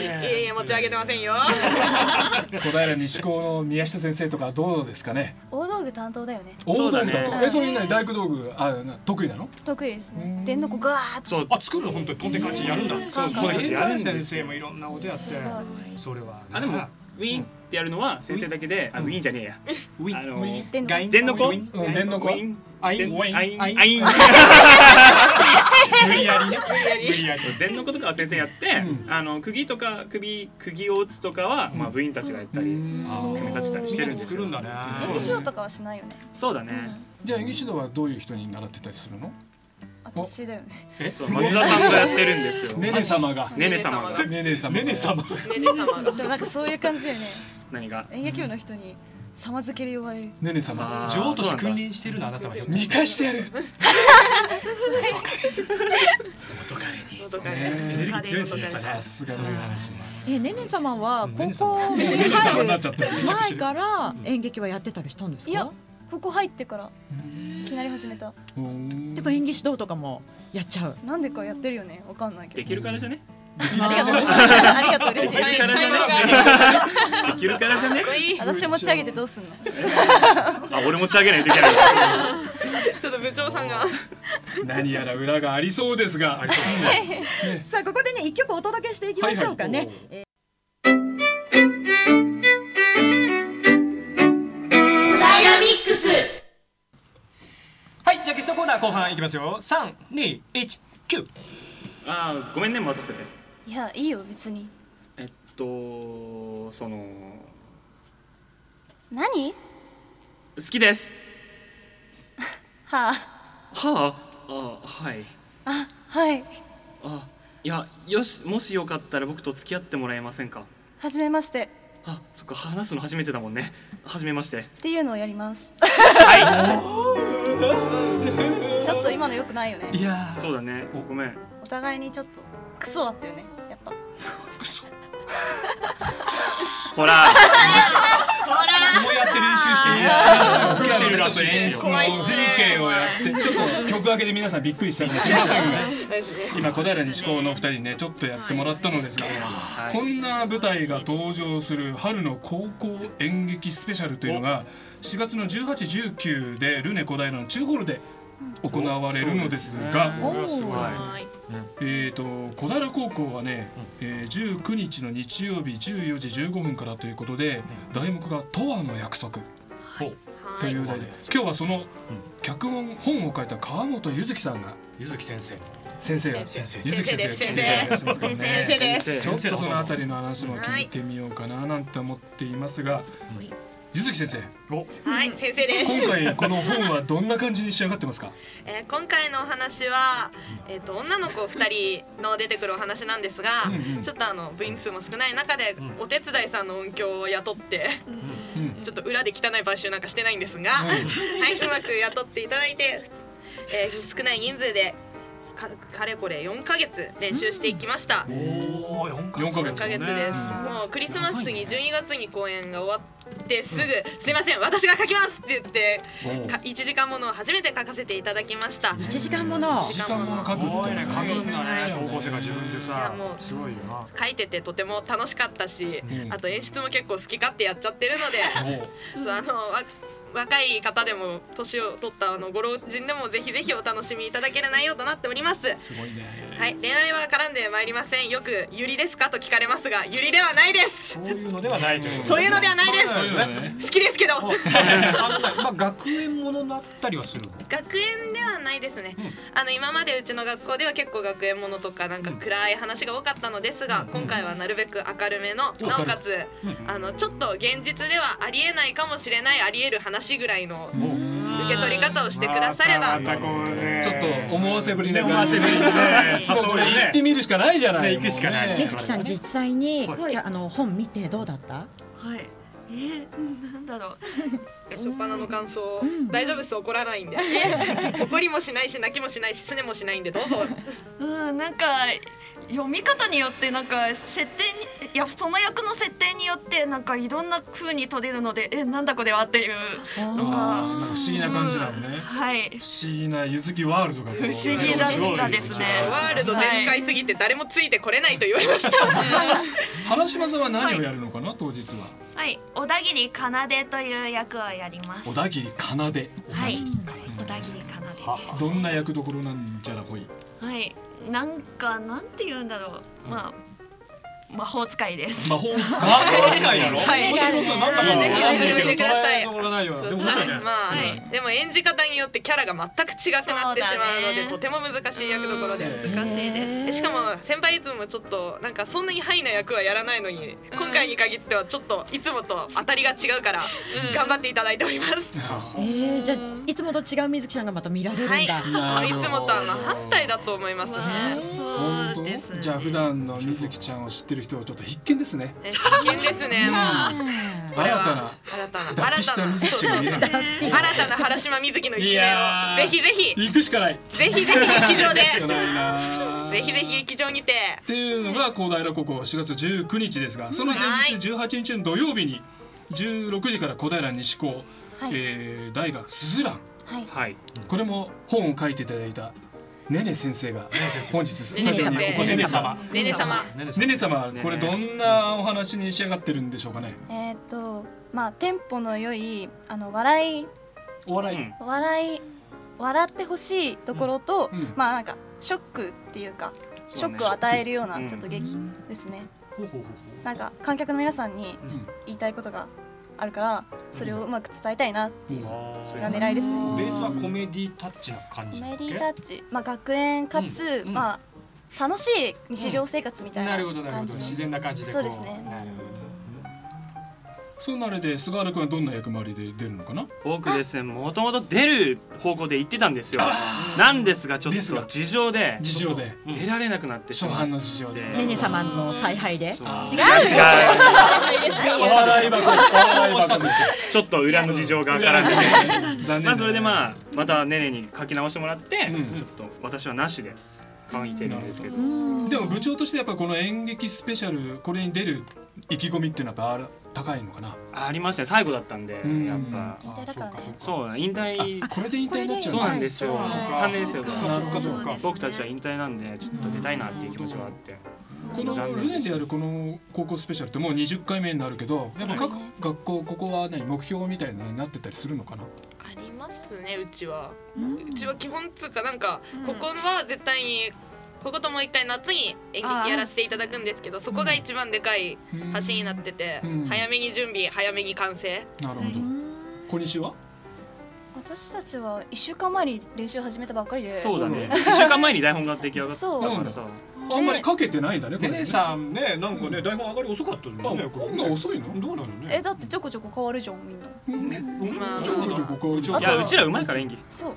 O: いやいや持ち上げてませんよ。
A: 小平西高の宮下先生とかどうですかね。
P: 大道具担当だよね
A: 大
P: そ
A: 道具
P: うだ
A: と。
P: ね
A: えそういうね大工道具あな得意なの？
P: 得意ですね電の子ガーッと
B: そうあ作るの本当に飛んでかちやるんだ
P: そう
B: これやるんだ
Q: で
B: 先
Q: す
B: 生
Q: よ
B: もいろんなことやってそれは
Q: あでもウィンってやるのは先生だけで、あウィンじゃねえや。ウィンあの
B: 電
Q: ガイン電の子、電
A: うん電の子
Q: ウィンアインアインアイン
B: 無理やりね
Q: 無理やり電の子とかは先生やって、あの釘とか首釘を打つとかは、まあ部員たちがやったり、組み立てたりしてるんですよ。
A: みんなで作るんだね
P: 演技指導とかはしないよね
Q: そうだね。
A: じゃあ演技指導はどういう人に習ってたりするの？
P: 私だよね
Q: えそう松田さんがやってるんですよ。
A: ねね様が。
Q: ねね様が。
A: ねね様。ねね様。
P: でもなんかそういう感じだよね
Q: 何が。
P: 演劇部の人に様付けで呼ばれる
A: ねね様。
B: 女王として君
A: 臨してるのあなたは。見返してやる。
P: すごい
O: 元とか
A: ね
O: ね
A: エネルギー
O: 派
A: 強い
O: 手と
A: です
O: か
A: ね
O: ね
A: さすがの話
L: えねね様は高校に
A: ねねねね様に
L: 入
A: なっちゃった
L: る前から演劇はやってたりしたんです
P: いや
L: か
P: ここ入ってからいきなり始めた
L: でも演技指導とかもやっちゃう
P: なんでかやってるよねわかんないけど
Q: できるからじゃね
P: ありがとうありがとう嬉しい
Q: できるからじゃねできるからじゃね
P: 私持ち上げてどうすんの
Q: あ俺持ち上げないといけない
O: ちょっと部長さんが
A: 何やら裏がありそうですがありそうですね
L: [LAUGHS] さあここでね一曲お届けしていきましょうかね、
A: はいは
L: えー
B: 小
R: 平ミックス
B: はいじゃあゲストコーナー後半いきますよ三二一九
Q: あごめんね待たせて
P: いやいいよ別に
Q: えっとその
P: 何
Q: 好きです
P: はあ
Q: はああはい
P: あはい
Q: あいやよしもしよかったら僕と付き合ってもらえませんか
P: はじめまして
Q: あそっか話すの初めてだもんね初めまして
P: っていうのをやります
Q: は
P: [LAUGHS] ちょっと今の良くないよね
Q: いやそうだねごめん
P: お互いにちょっとクソだったよねやっぱ
Q: ほら
R: ほら
A: こうやって練習して演出をつけてるらしいですよ
R: 怖い
A: もう風景をやってちょっと曲明けで皆さんびっくりしたんですいませんが今小平西高のお二人にねちょっとやってもらったのですがこんな舞台が登場する春の高校演劇スペシャルというのが4月の1819でルネ小平の中ホールで行われるのですが
R: おすごい
A: えー、と小平高校はね、えー、19日の日曜日14時15分からということで、題目が「とわの約束」という題で、今日はその脚本本を書いた川本柚月さんが
S: ゆずき先生
A: 先生が柚
S: 先生
A: 月先生が
S: 先生
A: 先生がしますからね
S: 先生です
A: ちょっとそのあたりの話も聞いてみようかななんて思っていますが柚月先生
O: はい先生です
A: 今回この本はどんな感じに仕上がってますか
O: えー今回のお話は、えー、と女の子2人の出てくるお話なんですが、
A: うんうん
O: ちょっとあの部員数も少ない中でお手伝いさんの音響を雇って、ちょっと裏で汚い買収なんかしてないんですが、
R: うん
O: はい、うまく雇っていただいて、えー少ない人数でかかれこれ4ヶ月練習していきました。
A: お4ヶ月
O: ヶ月です、もうクリスマスに12月に公演が終わってすぐ「すいません私が書きます!」って言って
A: おう
O: か1時間ものを初めて書かせていただきました1
L: 時間もの
O: 時間もの
S: 書くね書くんだね高校生が自分でさ
O: もう
S: すごいよな
O: 書いててとても楽しかったし、
S: うん
O: あと演出も結構好き勝手やっちゃってるので、 [LAUGHS] あのわ若い方でも年を取ったあのご老人でもぜひぜひお楽しみいただける内容となっております
A: すごいね
O: はい、恋愛は絡んでまいりませんよく「ゆりですか?」と聞かれますが「ゆりではないです」
S: そういうのではないという
O: そういうのではないです
S: そううのはね
O: 好きですけど
S: あまあ学園ものだったりはするの
O: 学園ではないですね、あの今までうちの学校では結構学園ものとかなんか暗い話が多かったのですが、今回はなるべく明るめの、
R: うん
O: なおかつ、あのちょっと現実ではありえないかもしれないありえる話ぐらいの受け取り方をしてくだされば、
A: ちょっと思わせぶりな
S: 思わ
A: 感じ
S: せぶりなね
A: もうこれ
S: 誘うよね
A: 行ってみるしかないじゃない
S: ね行くしかない
A: もう
L: 美月さん実際に、きゃあの本見てどうだった
O: はいえーうんなんだろう [LAUGHS] 初っ端の感想、大丈夫です怒らないん [LAUGHS] で怒りもしないし泣きもしないしすねもしないんでどうぞ
N: うんなんか読み方によってなんか設定にいやその役の設定によってなんかいろんな風に取れるのでえなんだこれはっていうの
A: あー
N: が
A: なんか不思議な感じなのね、
N: はい
A: 不思議なゆずきワールドがこう
O: 不思議だったですねワールド全開すぎて誰もついてこれないと言われました
A: 花島さんは何をやるのかな当日は
R: はい、小田切かなでという役をやります
A: 小田切かなで
R: はい、小田切かなでです
A: どんな役どころなんじゃらほい
N: はいなんかなんて言うんだろうまあ [LAUGHS] 魔法使いです
A: 魔法使い
N: はい
A: 魔法使いやろ
N: はい
A: 面白そうなんか
N: はい
A: 悩んで
O: ぜ
A: るけど
O: ひぜひ捉えど
A: ころないよ
O: でも面白いねまあ、でも演じ方によってキャラが全く違くなってしまうのでとても難しい役どころで難しいですしかも先輩いつもちょっとなんかそんなにハイな役はやらないのに今回に限ってはちょっといつもと当たりが違うから頑張っていただいております、
L: えー、じゃあいつもと違う美月さんがまた見られるんだ、
O: はい、
A: なる
O: い
A: ほど
O: つもとあの反対だと思いますね
A: 本当じゃあ普段のみずきちゃんを知ってる人はちょっと必見ですね
O: え危険ですねもう
A: 新たな
O: 新たな
A: 脱皮
O: 新
A: し
O: た
A: た
O: な
A: みずきちゃんが見られる
O: [LAUGHS] 新たな原島みずきの一
A: い
O: 年
A: や
O: を
A: ー
O: ぜひぜひ
A: 行くしかない
O: ぜひぜひ劇場で
A: 行くしかないなー
O: ぜひぜひ劇場にて
A: っていうのが高平高校4月19日ですがその前日18日の土曜日に16時から小平西高、
P: はい
A: えー、大河すずらん、
P: はい
A: はい、これも本を書いていただいたねね先生が本日スタジオにお越しです
O: ねね様
A: ねね様これどんなお話に仕上がってるんでしょうかね
P: えーっとまあテンポの良いあの笑い
A: お笑い
P: 笑い笑ってほしいところと、
A: うんうん
P: まあなんかショックっていうかシ
A: そう
P: ョ
A: ね
P: ックを与えるよう
A: ショッ
P: な
A: ク
P: ちょっと劇ですね、
A: ほうほうほ
P: なんか観客の皆さんにちょっと言いたいことがあるからそれをうまく伝えたいな
A: ううん
P: それが狙いですね
B: ベースはコメディタッチな感
P: コ
B: じ
P: メディタッチ、まあ、学園かつ、まあ、楽しい日常生活みたい
B: な
P: な
B: るほどなるほ
P: 感
B: ど
P: じ
B: 自然な感じでこ
P: そうですね
B: なるほ
A: そんなあれで菅原君はどんな役回りで出るのかな
Q: 僕ですねもともと出る方向で行ってたんですよなんですがちょっと事情で
A: 事情で
Q: 出られなくなってしまって
A: 初版の事情で
L: ねね様の采配で違う
Q: 違う
L: お笑い箱お笑い箱
Q: ちょっと裏の事情が絡んで
A: 残
Q: まあそれでまあまたねねに書き直してもらって、ちょっと私はなしで書いてるんですけど、
A: でも部長としてやっぱりこの演劇スペシャルこれに出る意気込みっていうのはやっぱ高いのかな
Q: ありましたね最後だったんで、
A: ん
Q: やっぱ
P: 引退だからね
Q: そう引退
A: これで引退になっちゃう
Q: そうなんですよ
A: そうか
Q: 3年生
A: なるほど
Q: が僕たちは引退なんでちょっと出たいなっていう気持ちがあって
A: このルネでやるこの高校スペシャルってもう20回目になるけどやっぱ各学校ここは何目標みたいなのになってたりするのかな
O: ありますねうちは、うちは基本つうかなんか、ここは絶対にここともう一回夏に演劇やらせていただくんですけどそこが一番でかい橋になってて、
A: うん
O: 早めに準備早めに完成
A: なるほど小西は
P: 私たちは1週間前に練習始めたばっかりで
Q: そうだね1週間前に台本が出来上がった
P: そう
Q: からさ
A: あんまりかけてないんだねこれ
B: ねねさんねなんかね台本上がり遅かったんだよねこんな
A: 遅いの
B: どうなのね
P: えだってちょこちょこ変わるじゃんみんな
A: ちょこちょここうちょ
Q: いやうちらうまいから演技
P: そうい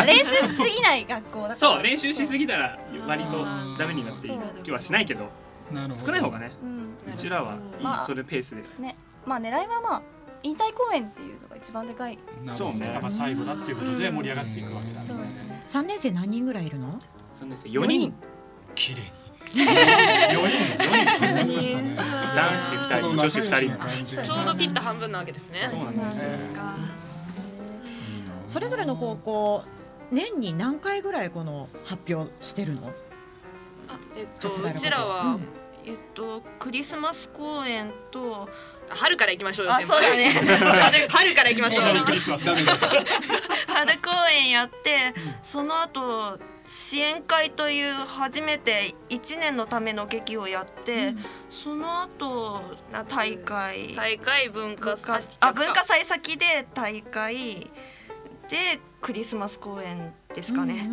P: や練習しすぎない学校だから
Q: そう練習しすぎたら割とダメになってい
P: そう
Q: 気はしないけど
A: なるほど
Q: 少ない方がね
P: うん
Q: うちらは
P: まあ
Q: いいそれペースで
P: ねまあ狙いはまあ引退公演っていうのが一番でかい
B: そうねやっぱ最後だっていうことで盛り上がっていくわけだ
P: そうですね
L: 三年生何人ぐらいいるの
Q: そうです
L: 四
Q: 4
L: 人
Q: 人
B: 綺麗に
Q: 4人4人男子2人女子2人
O: ちょうどピット半分なわけですね
Q: そうなんですよ
L: それぞれの高校年に何回ぐらいこの発表してるの
O: えっとうちらは、
N: えっとクリスマス公演と
O: 春から行きましょうよ
N: あ
O: 先輩
N: そうだね
O: 春 [LAUGHS] 春から行きま
N: [LAUGHS]
O: しょう
N: ダメですダメです春公演やってその後支援会という初めて1年のための劇をやって、その後大会
O: 大会文化祭
N: あ文化祭先で大会でクリスマス公演ですかね。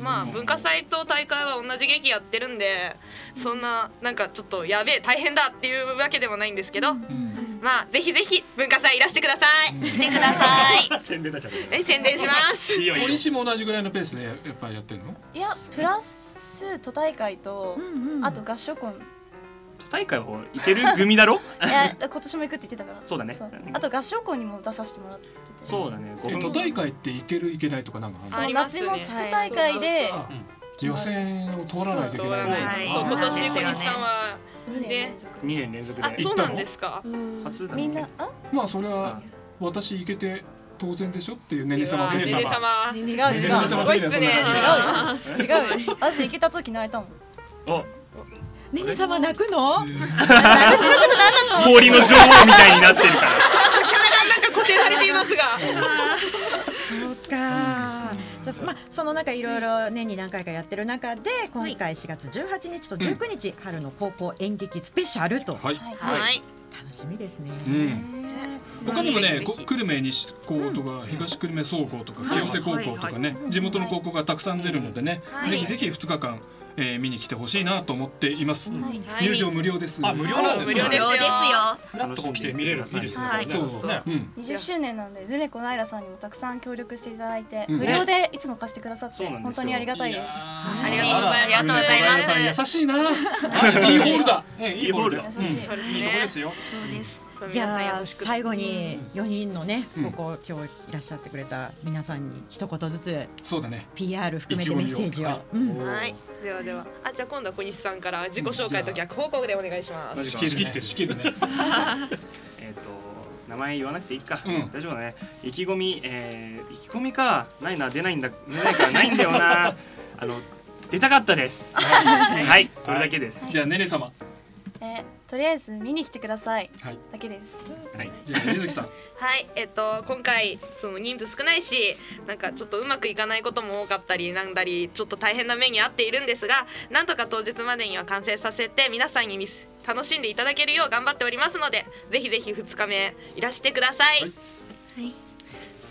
O: まあ文化祭と大会は同じ劇やってるんでそんななんかちょっとやべえ大変だっていうわけでもないんですけど、まあぜひぜひ文化祭いらしてください来てください
A: 宣伝だちゃっ [LAUGHS]
O: え宣伝します
A: 小西も同じぐらいのペースでやっぱやってるの
P: いやプラス都大会と、あと合唱コン
Q: 大会は行ける組だろ
P: [LAUGHS] いや今年も行くって言ってたから
Q: そうだね
P: あと合唱校にも出させてもらって
Q: そうだね
A: え都大会っていけるいけないとかなんかあるの
P: その夏の地区大会で、
A: 予選を通らないといけないの
O: そう今年小西さんはね
Q: 2年連続
O: あ
Q: で
O: そうなんですか
Q: 初だ
P: みんな
A: まあそれは私行けて当然でしょっていうねね様
O: うわねね様
P: 違う違う
A: ねね様的にはそん [LAUGHS]
P: 違
A: な感じ
P: うよ違うよ私行けた時泣いたもん
L: ねね様泣くの
P: 私のこと何なの
Q: 氷の女王みたいにな
O: キャラがなん
Q: ってるから
O: か固定されていますが
L: そうか。じゃあまあその中いろいろ年に何回かやってる中で今回4月18日と19日、春の高校演劇スペシャルと。
A: はいはい
L: 楽しみですね。
A: うん他にも
L: ぜ
A: ね、
L: ひ
A: こ久留米西高とか東久留米総合とか清瀬高校とかね、地元の高校がたくさん出るのでね、
B: はい
A: ぜひぜひ2日間、えー見に来てほしいなと思っています。
B: はい
A: 入場無料です。
B: あ無料なんですね無料ですよ
A: フラッとこう来て見れるいいですね
P: はい
A: そう
P: そう
A: そ
P: そう
A: う。うん
P: 20周年なんでルネコナイラさんにもたくさん協力していただいて、
A: うん
P: 無料でいつも貸してくださって、
A: そうなんですよ
P: 本当にありがたいですあ
O: りがとうございますありがとうございます
A: 優しいな。いいホールだ。
B: いいホールだ
P: 優しい
B: いいとこですよ
N: そうです。
L: じゃあ最後に4人のね、ここ今日いらっしゃってくれた皆さんに一言ずつ
A: そうだね
L: PR 含めてメッセージを。うん
O: はい、ではでは、あ、じゃあ今度は小西さんから自己紹介と逆報告でお願いします。
Q: 仕切るね
A: 仕切るね
Q: えっと名前言わなくていいか、大丈夫だね意気込み、えー、意気込みかないな出ないんだ出ないからないんだよなあの出たかったです
P: は
Q: はいい、それだけです、
A: じゃあねね様
P: えとりあえず見に来てください、
A: はい
P: だけです
A: はいじゃあ水木さん
O: はい、えっと今回その人数少ないし、なんかちょっとうまくいかないことも多かったりなんだり、ちょっと大変な目に遭っているんですが、なんとか当日までには完成させて皆さんにミス楽しんでいただけるよう頑張っておりますので、ぜひぜひ2日目いらしてください。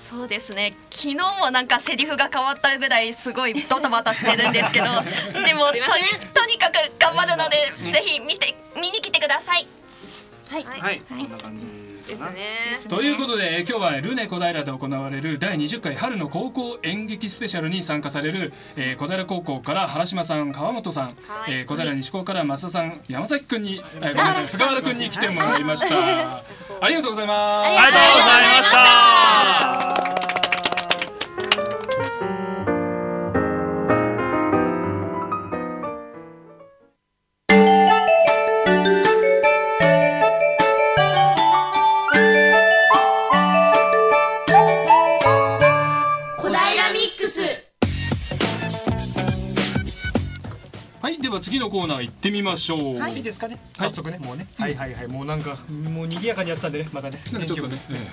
N: そうですね昨日もなんかセリフが変わったぐらいすごいドタバタしてるんですけ [LAUGHS] どでもとにとにかく頑張るのでぜひ見て見に来てください
P: はい
Q: はい、こんな感じですね
A: ということでえー今日はルネ小平で行われる第20回春の高校演劇スペシャルに参加される、えー小平高校から原島さん川本さん、えー小平西高から増田さん山崎くんに、えーごめんなさい菅原くんに来てもらいました、ありがとうございますありがとうございました
T: 小平ミックス
A: はいでは次のコーナー行ってみましょう、
B: いいですかね早速ね、もうねはいはいはいもうなんかもう賑やかにやってたんでねまたね
A: なんかちょっとね
B: 天気も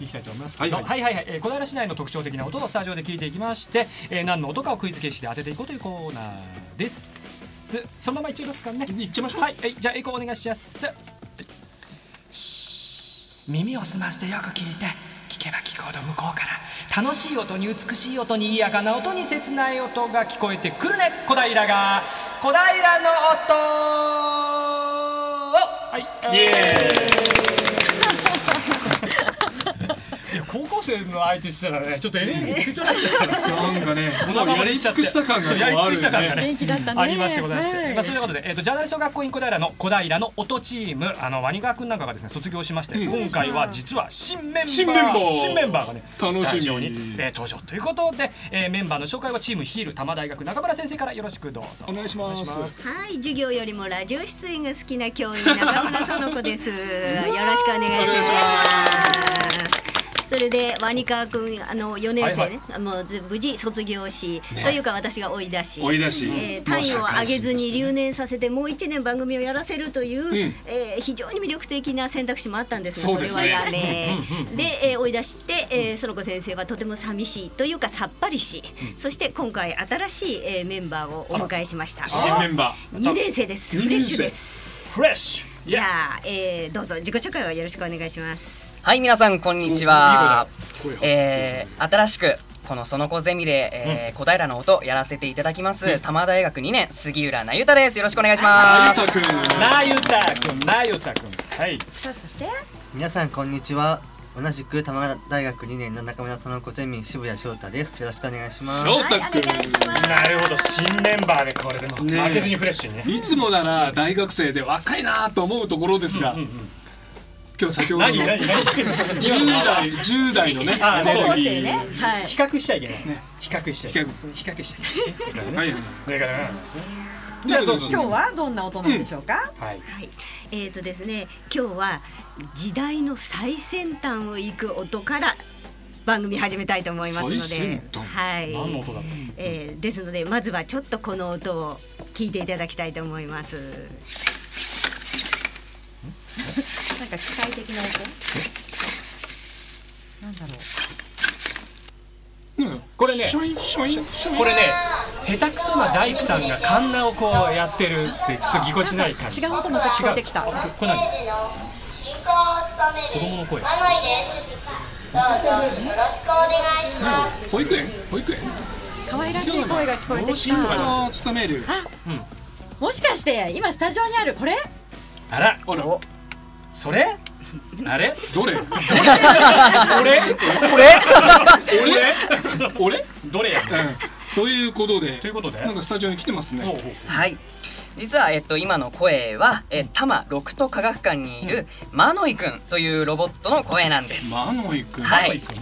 B: いきたいと思います
A: は
B: はいい
A: は
B: はいいはい、えー小平市内の特徴的な音をスタジオで聞いていきまして、えー何の音かをクイズ形式で当てていこうというコーナーですそのままいっちゃいますかねいっちゃいましょうはい、えいじゃあエコーお願いします耳を澄ませてよく聞いて聞けば聞くほど向こうから楽しい音に美しい音にいやかな音に切ない音が聞こえてくるね小平が小平の音はいイエーイいや高校生の相手したらねちょっとエネルギーついちゃっ
A: なんか
B: [LAUGHS]
A: ねもうやり尽くした感が
B: そうやり
A: こうあ
B: 尽
A: る
B: くした感
A: よ
B: が
A: ね
B: ねありましてございまして、
A: はい
B: まあ、そういうことで、えー、とジャーナリスト学校院小平の小平の音チームあのワニガー君なんかがですね卒業しまして、
A: うん
B: 今回は実は新メンバー
A: 新メンバー
B: 新メンバーがね
A: 楽しみ
B: スタジオに、えー登場ということで、えーメンバーの紹介はチームヒール多摩大学中村先生からよろしくどうぞお願いします
U: はい、授業よりもラジオ出演が好きな教員中村園子です。よろしくお願いします。それでワニカー君あの4年生ね、もうず無事卒業し、
A: ね
U: というか私が追い出し
A: 追い出し
U: えー単位を上げずに留年させてもう1年番組をやらせるという、
A: うん
U: えー非常に魅力的な選択肢もあったん [LAUGHS] ですが
A: そうですね
U: れはやめ
A: うんうんうん
U: で、えー追い出して、えー、園子先生はとても寂しいというかさっぱりし、そして今回新しい、えーメンバーをお迎えしました
A: 新メンバー
U: 二年生です。
A: 二
U: フレ
A: 年
U: ッ
A: 生
U: シュです。
B: フレッシ
U: ュ。じゃあ、えー、どうぞ自己紹介をよろしくお願いします。
V: はい、皆さん、こんにちは。えー新しく、このその子ゼミで、えー小平の音やらせていただきます。多摩大学2年、杉浦なゆたです。よろしくお願いします。
B: なゆたくんなゆたくんはい
L: さあそして
W: 皆さんこんにちは同じく多摩大学2年の中村園子ゼミ渋谷翔太ですよろしくお願いします
B: なるほど新メンバーでこれでも、
A: ね
B: 負けずにフレッシュにね
A: いつもなら大学生で若いなと思うところですが、今日先ほどの
B: 何何何
A: 10代10代のね
B: あ
A: エネルギー
B: はい、比較しちゃいけない、比較しちゃいけない比較しちゃいけない、ね、だからねじゃあどうぞ
L: 今日はどんな音なんでしょうか。
B: はい。
U: えっ、とですね、今日は時代の最先端を行く音から番組始めたいと思いますので、
J: 最先端
U: はい。
J: 何の音だろう
U: えーですのでまずはちょっとこの音を聞いていただきたいと思います。
L: なんか機械的な音。なんだろう。
B: これねこれね下手くそな大工さんがカンナをこうやってるってちょっとぎこちない感じ
L: 違う音また聞こえてきた。
B: 違うこれ何
L: 子供の声
B: マ
L: ロイです。どうぞよろしくお願いします。
A: 保育園保育園
L: 可愛らしい声が聞こえてき
A: 今日は
L: た。
A: の勤める
L: もしかして今スタジオにあるこれ？
B: あら
A: [LAUGHS]
B: それあれ
A: どれ
B: 俺
A: 俺俺どれや、うんということでということでなんかスタジオに来てますね
V: はい。実は、えっと、今の声は、えー、多摩六都科学館にいる、マノイくんというロボットの声なんです。
A: マノイくん
V: は
A: マノイ
V: い
A: く。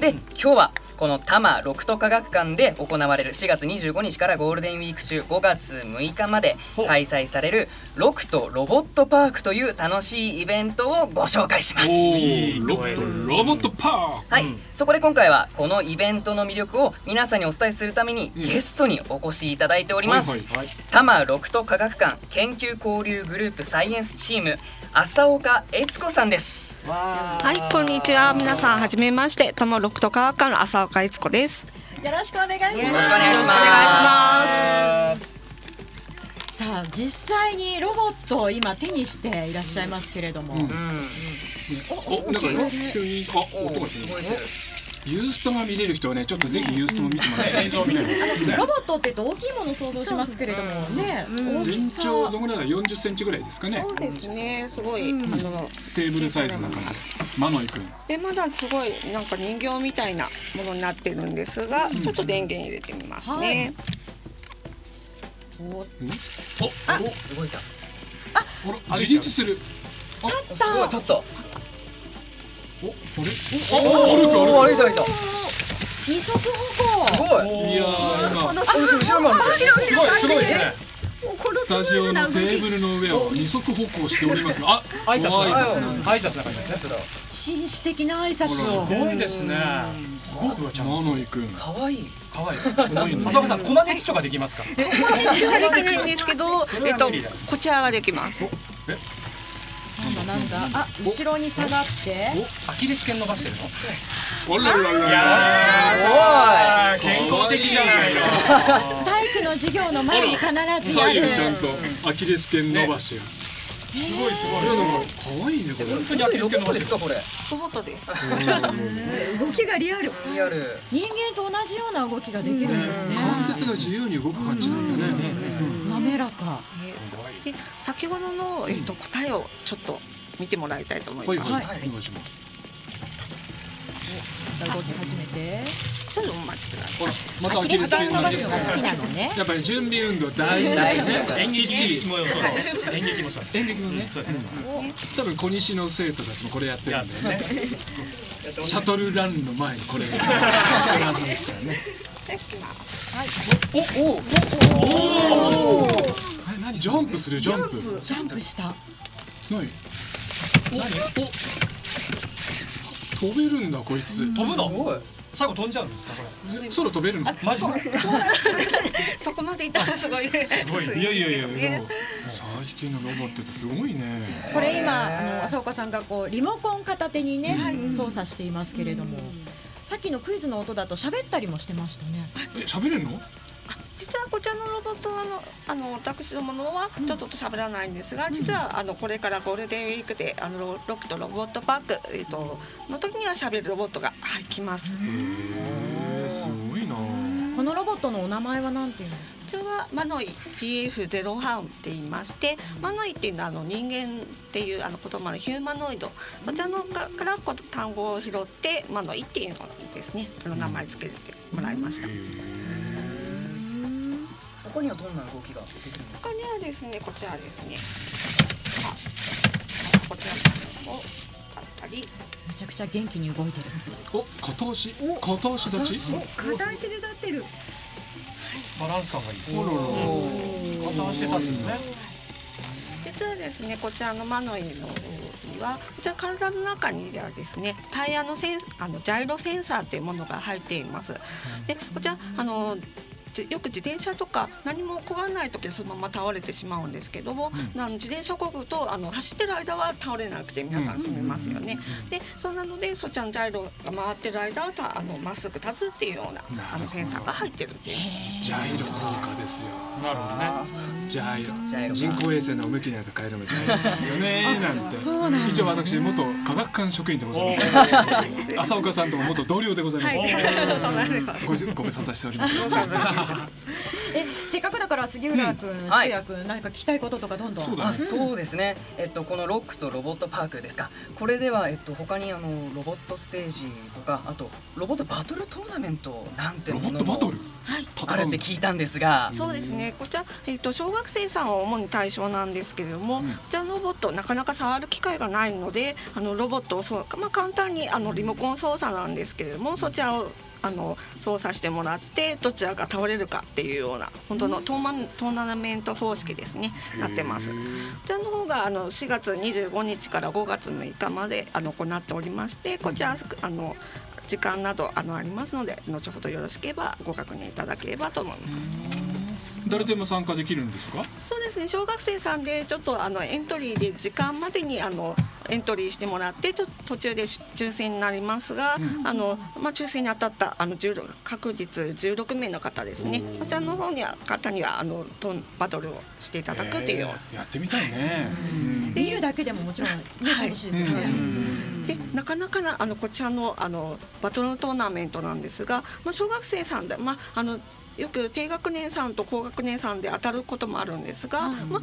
V: で、今日はこの多摩六都科学館で行われる4月25日からゴールデンウィーク中5月6日まで開催される六都ロボットパークという楽しいイベントをご紹介します。
A: ロボットロボットパ
V: はい、そこで今回はこのイベントの魅力を皆さんにお伝えするためにゲストにお越しいただいております、
A: はいはい
V: 多摩六都科学館研究交流グループサイエンスチーム浅岡悦子さんです
J: はい、こんにちは。皆さん、はじめまして。とも六と科学館の浅岡悦子です。
L: よろしくお願いします。よ
J: ろしくお願いしますよろしくお願
L: いします。さあ実際にロボットを今手にしていらっしゃいますけれども、
A: おなんか急にあ音がするユーストが見れる人はねちょっとぜひユーストも見てもらいたい映像見ない
L: あのロボットって言うと大きいものを想像しますけれどもね、大き
A: 全
L: さ
A: 長どのぐらいだ40センチぐらいですかね
J: そうですね。すごい、
A: うん
J: あの
A: テーブルサイズな感じマノイくん
J: でまだすごいなんか人形みたいなものになってるんですが、ちょっと電源入れてみますね。
L: お
V: あ動いた
A: あ自立する
V: 立ったすごい立った
A: お
V: お
A: お
V: お
A: 歩いた
V: 歩いた
L: 二足歩行。
V: すごい
A: いやー今
V: あ後ろ後ろもある
A: すごいすごいですね
V: ス
A: スタジオのテーブルの上を二足歩行しておりますがあ
B: 挨拶
A: ご
B: 挨拶な感じですね
L: 紳士的な挨拶を。
B: すごいですね
A: ゴーちゃんマノイくん
V: 可愛い
B: 可愛い
A: 可愛いね
B: 浅岡さんコマネチとかできますか
J: これ一応はできないんですけど
B: そ、れ
J: えっ
B: は
J: と
B: 無理だ
J: こちらができます。
L: なんだなんだ。あ後ろに下がって。
B: アキレス腱伸ばしてるの
A: おらららら
B: いやーすごい健康的じゃないの
L: 体育の授業の前に必ずや
A: 左
L: る。
A: 右ちゃんとアキレス腱伸ばしが
L: す
A: ごいすごいやなんか可愛いねこれ本
V: 当にアキレス腱伸ばしですかこれ
J: ロボットです。
X: 動きがリアル。
V: リアル
L: 人間と同じような動きができるんですね。
A: 関節が自由に動く感じなんだね
L: 滑らか。
J: で先ほどのえっと答えをちょっと見てもらいたいと思います。
A: はいはいお願いします
L: 動き始めて。
J: ちょっとお待ちください。
A: ほらまたアキレス腱伸ばしやっぱり準備運動大事だよね
B: 演劇
A: き
B: も
A: っち
B: そう演劇もそう
A: 演劇もね
B: そうですね
A: り多分小西の生徒たちもこれやってるんだよねシャトルランの前にこ
B: [LAUGHS]
A: れやるはずですからね
J: おお
A: おおジャンプするジャンプ
L: ジャンプした。
A: 何お飛べるんだこいつ
B: 飛ぶの最後飛んじゃうんですかこ
A: れ空飛べるの
B: マジ
J: そこまでいったらすごい。す
A: いやいやいやでも最近のロボットってすごいね
L: これ今あの浅岡さんがこうリモコン片手にね操作していますけれども、さっきのクイズの音だと喋ったりもしてましたね。
A: え喋れるの
J: [LAUGHS] 実はこちらのロボットはあのあの私どものはちょっと喋らないんですが、実はあのこれからゴールデンウィークであのロロックとロボットパークえっ、との時には喋るロボットがはい来ます。
A: えーすごいな
L: このロボットのお名前はなんていうんですか。
J: こちらはマノイ PF01 って言いまして、マノイっていうのはあの人間っていうあの言葉のヒューマノイド、そちらのかからこう単語を拾ってマノイっていうのですね、あの名前つけてもらいました。
V: 他にはどんな動きができるんですか
J: 他にはですね、こちらですね。あこちらをあったり。
L: めちゃくちゃ元気に動いてる。
A: お片足片足立ち
J: 片足で立ってる。
B: バランス感がいい
A: おらら
B: うん片足で立つのね
J: 実はですね、こちらのマノイの方には、こちら体の中にではですね、タイヤのセンあのジャイロセンサーというものが入っています。で、こちらあの。じよく自転車とか何もこがない時はそのまま倒れてしまうんですけども、あの自転車をこぐとあの走ってる間は倒れなくて皆さん済みますよね。でそうなのでそちらのジャイロが回ってる間はたあのまっすぐ立つっていうようなあのセンサーが入ってるっていう。
A: ジャイロ効果ですよ
B: なるほど
A: ねジャイ
B: イ
A: ロ
B: ロ
A: 人工衛星の向きなんか変えるのもジャイロですよねなんて
L: そうなんですね
A: 一応私元科学館職員でございます浅岡さんとも元同僚でございます
J: はいそうなんです
A: ごご無沙汰しております
L: えせっかくだから杉浦君、
V: うん
L: 渋
V: はい
L: 谷君何か聞きたいこととかどんどん。
V: あそうですね、えっと、このロックとロボットパークですか、これでは、えっと、他にあのロボットステージとか、あとロボットバトルトーナメントなんてものもあるって聞いたんですが、
J: そうですね。こちらえっ、と小学生さんは主に対象なんですけれども、こちらのロボットなかなか触る機会がないので、あのロボットをそうまあ簡単にあのリモコン操作なんですけれども、そちらをあの操作してもらってどちらが倒れるかっていうような本当のトーマントーナメント方式ですねなってます。こちらの方があの4月25日から5月6日まであの行っておりまして、こちらあの時間などあのありますので後ほどよろしければご確認いただければと思います。
A: 誰でも参加できるんですか
J: そうですね小学生さんでちょっとあのエントリーで時間までにあのエントリーしてもらってちょ途中で抽選になりますが、
H: うん
J: あのまあ抽選に当たったあの16各日16名の方ですねこちらの方には方にはあのトンバトルをしていただくというような
A: えーやってみたいね、
J: 見るだけでももちろん、楽しいですね。でなかなかなあのこちらのあのバトルトーナメントなんですが、まあ、小学生さんで、まあ、あのよく低学年さんと高学年さんで当たることもあるんですが、まあ、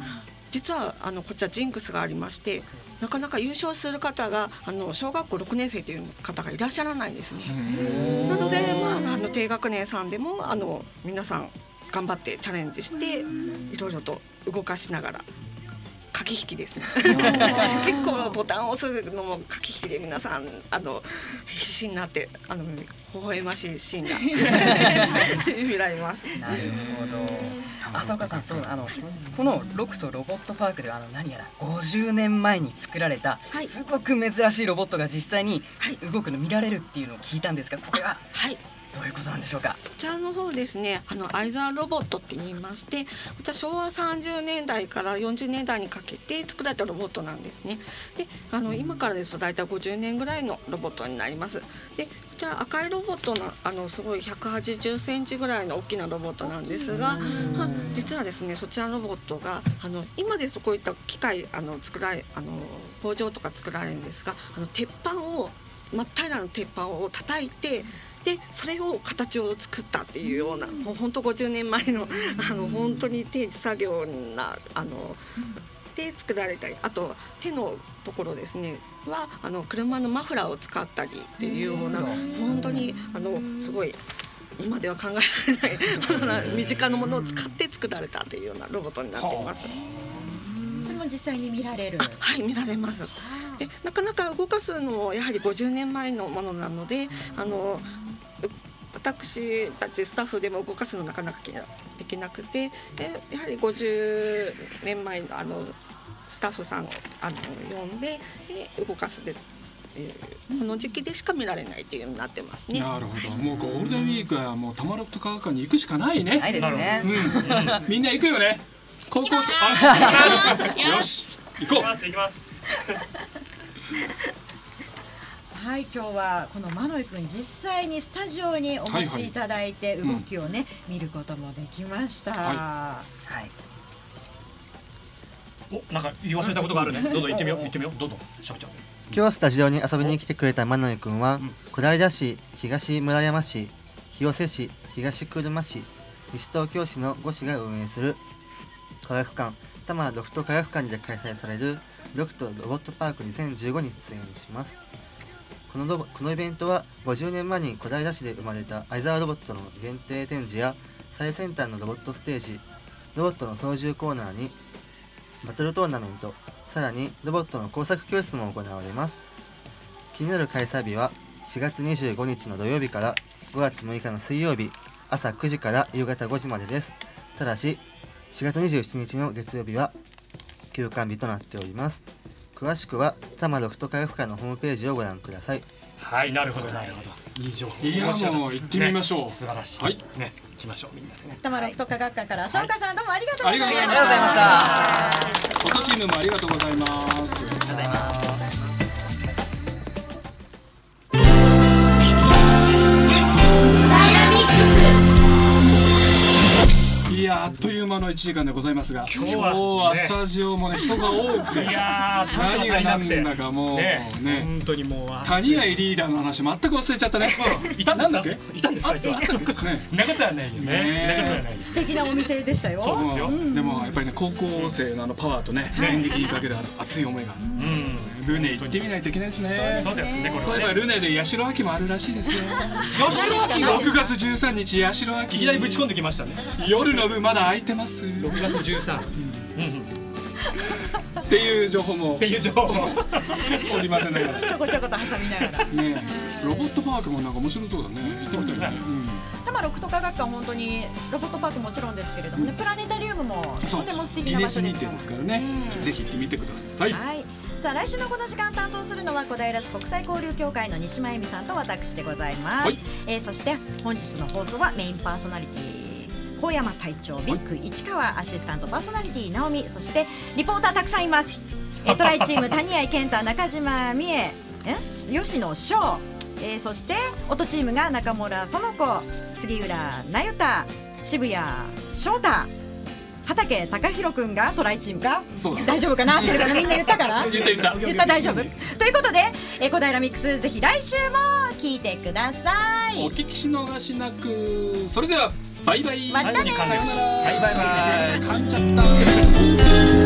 J: 実はあのこちらジンクスがありましてなかなか優勝する方があの小学校6年生という方がいらっしゃらないんですね。なので、まあ、あの低学年さんでもあの皆さん頑張ってチャレンジしていろいろと動かしながら駆け引きですね結構ボタンを押すのも駆け引きで皆さんあの必死になってあの微笑ましいシーンが [LAUGHS] 見られます。
V: なるほど、浅岡さん、そうあのこのロクとロボットパークではあの何やら50年前に作られた、すごく珍しいロボットが実際に動くの見られるっていうのを聞いたんですが、これはどういうことなんでしょうか。
J: こちらの方ですねあのアイザーロボットって言いましてこちら昭和30年代から40年代にかけて作られたロボットなんですねであの今からですと大体50年ぐらいのロボットになりますでこちら赤いロボットのあのすごい1 8 0センチぐらいの大きなロボットなんですがは実はですねそちらのロボットがあの今ですとこういった機械あの作られあの工場とか作られるんですがあの鉄板を真っ平らの鉄板を叩いてでそれを形を作ったっていうようなもう本当50年前のあの本当に手作業なあので作られたりあと手のところですねはあの車のマフラーを使ったりっていうような本当にあのすごい。今では考えられないあの身近なものを使って作られたというようなロボットになっています。
L: でも実際に見られる。
J: はい見られます。でなかなか動かすのもやはり50年前のものなのであのう私たちスタッフでも動かすのなかなかできなくてでやはり50年前のあのスタッフさんをあの呼んでで動かすで。えーこの時期でしか見られないというようになってますね。
A: なるほどもうゴールデンウィークはもうたまらと科学館に行くしかないね
J: ないですね
A: なるほどうんみんな行くよね高校生
B: 行き
A: あ
B: ます
A: よし行こう行きます
L: はい今日はこのマノイ君実際にスタジオにお
A: はい
L: 持
A: は
L: ち
A: い
L: いただいて
A: うん
L: 動きをね、見ることもできました。
A: は
V: はい。
B: おなんか言わせたことがあるねどうぞ言ってみよう言ってみようどうぞしゃべちゃう
W: 今日スタジオに遊びに来てくれたマノイ君は、小平市東村山市広瀬市東久留米市西東京市の5市が運営する科学館多摩ロフト科学館で開催されるロフトロボットパーク2015に出演しますこのロボこのイベントは50年前に小平市で生まれたアイザーロボットの限定展示や最先端のロボットステージロボットの操縦コーナーにバトルトーナメントさらにロボットの工作教室も行われます気になる開催日は4月25日の土曜日から5月6日の水曜日朝9時から夕方5時までですただし4月27日の月曜日は休館日となっております詳しくは多摩ロフト科学館のホームページをご覧ください
B: はいなるほどなるほどいい情報
A: いや
B: 面白かた
A: もう行ってみましょう
B: ね素晴らしい
A: はい
B: ね行きましょうみんなでね
L: たまらと科学館から浅岡さん、どうもありがとう
A: あ
L: ござ
A: り
L: い
A: が
L: ま
A: とう
L: した。
A: ございましたフォトチームもありがとうございますありがとうございます
Y: ダイナミックス
A: いやあっという間の1時間でございますが
B: 今
A: 今
B: 日
A: 日
B: は
A: は
B: ね
A: スタジオもね人が多くて
B: いやー少々足
A: 何
B: り
A: がな
B: なく
A: ん
B: て
A: だかもう
B: ね
A: ね
B: 本当にもうあ
A: 谷合リーダーの話全く忘れちゃったね
B: いたんで
A: な
B: すか
A: んだっけ
B: いたんですかあいつは
A: ね
B: なことはないよね
A: ね
B: なことはないです
L: 素敵なお店でしたよ。
A: そうですよ、
L: ん
A: でもやっぱりね高校生のあのパワーとね演劇にかける熱い思いが、うん、ルネ行ってみないといけないですね
B: そうですねこれはね
A: そういえばルネで八代亜紀もあるらしいですよ
B: 八代亜紀が
A: 6月13日八代亜紀
B: いきなりぶち込んできましたね
A: 夜の部まだ空いてます6
B: 月13
A: っていう情報もっていう情報もおりませんね
L: ちょこちょこと挟みながら。
A: ねロボットパークもなんか面白そうだね行ってみたいね、うん
L: 多摩六都科学館本当にロボットパークもちろんですけれどもね、プラネタリウムも
A: そう
L: とても素敵
A: ギ
L: な
A: ネ
L: 場
A: ス
L: 所で
A: 認
L: す
A: 定
L: よ
A: ですからね、ぜひ行ってみてください、
L: はい。さあ来週のこの時間担当するのは小平市国際交流協会の西真由美さんと私でございます、
A: はい
L: えーそして本日の放送はメインパーソナリティ高山隊長ビッグ市川アシスタントパーソナリティ直美そしてリポーターたくさんい
A: [LAUGHS]
L: ます、えートライチーム谷合健太中島美恵え吉野翔、えーそして音チームが中村園子杉浦那由太渋谷翔太畑貴弘君がトライチームか
A: そうだ
L: 大丈夫かな合ってるかなみんな言ったかな
A: [LAUGHS] 言った言った
L: 言った大丈夫ということで、えー、小平ミックスぜひ来週も聞いてください
A: お聞きし逃しなくそれではバイバイ
L: またね
A: [LAUGHS] 最後に完成しバイバイバイ噛んじゃった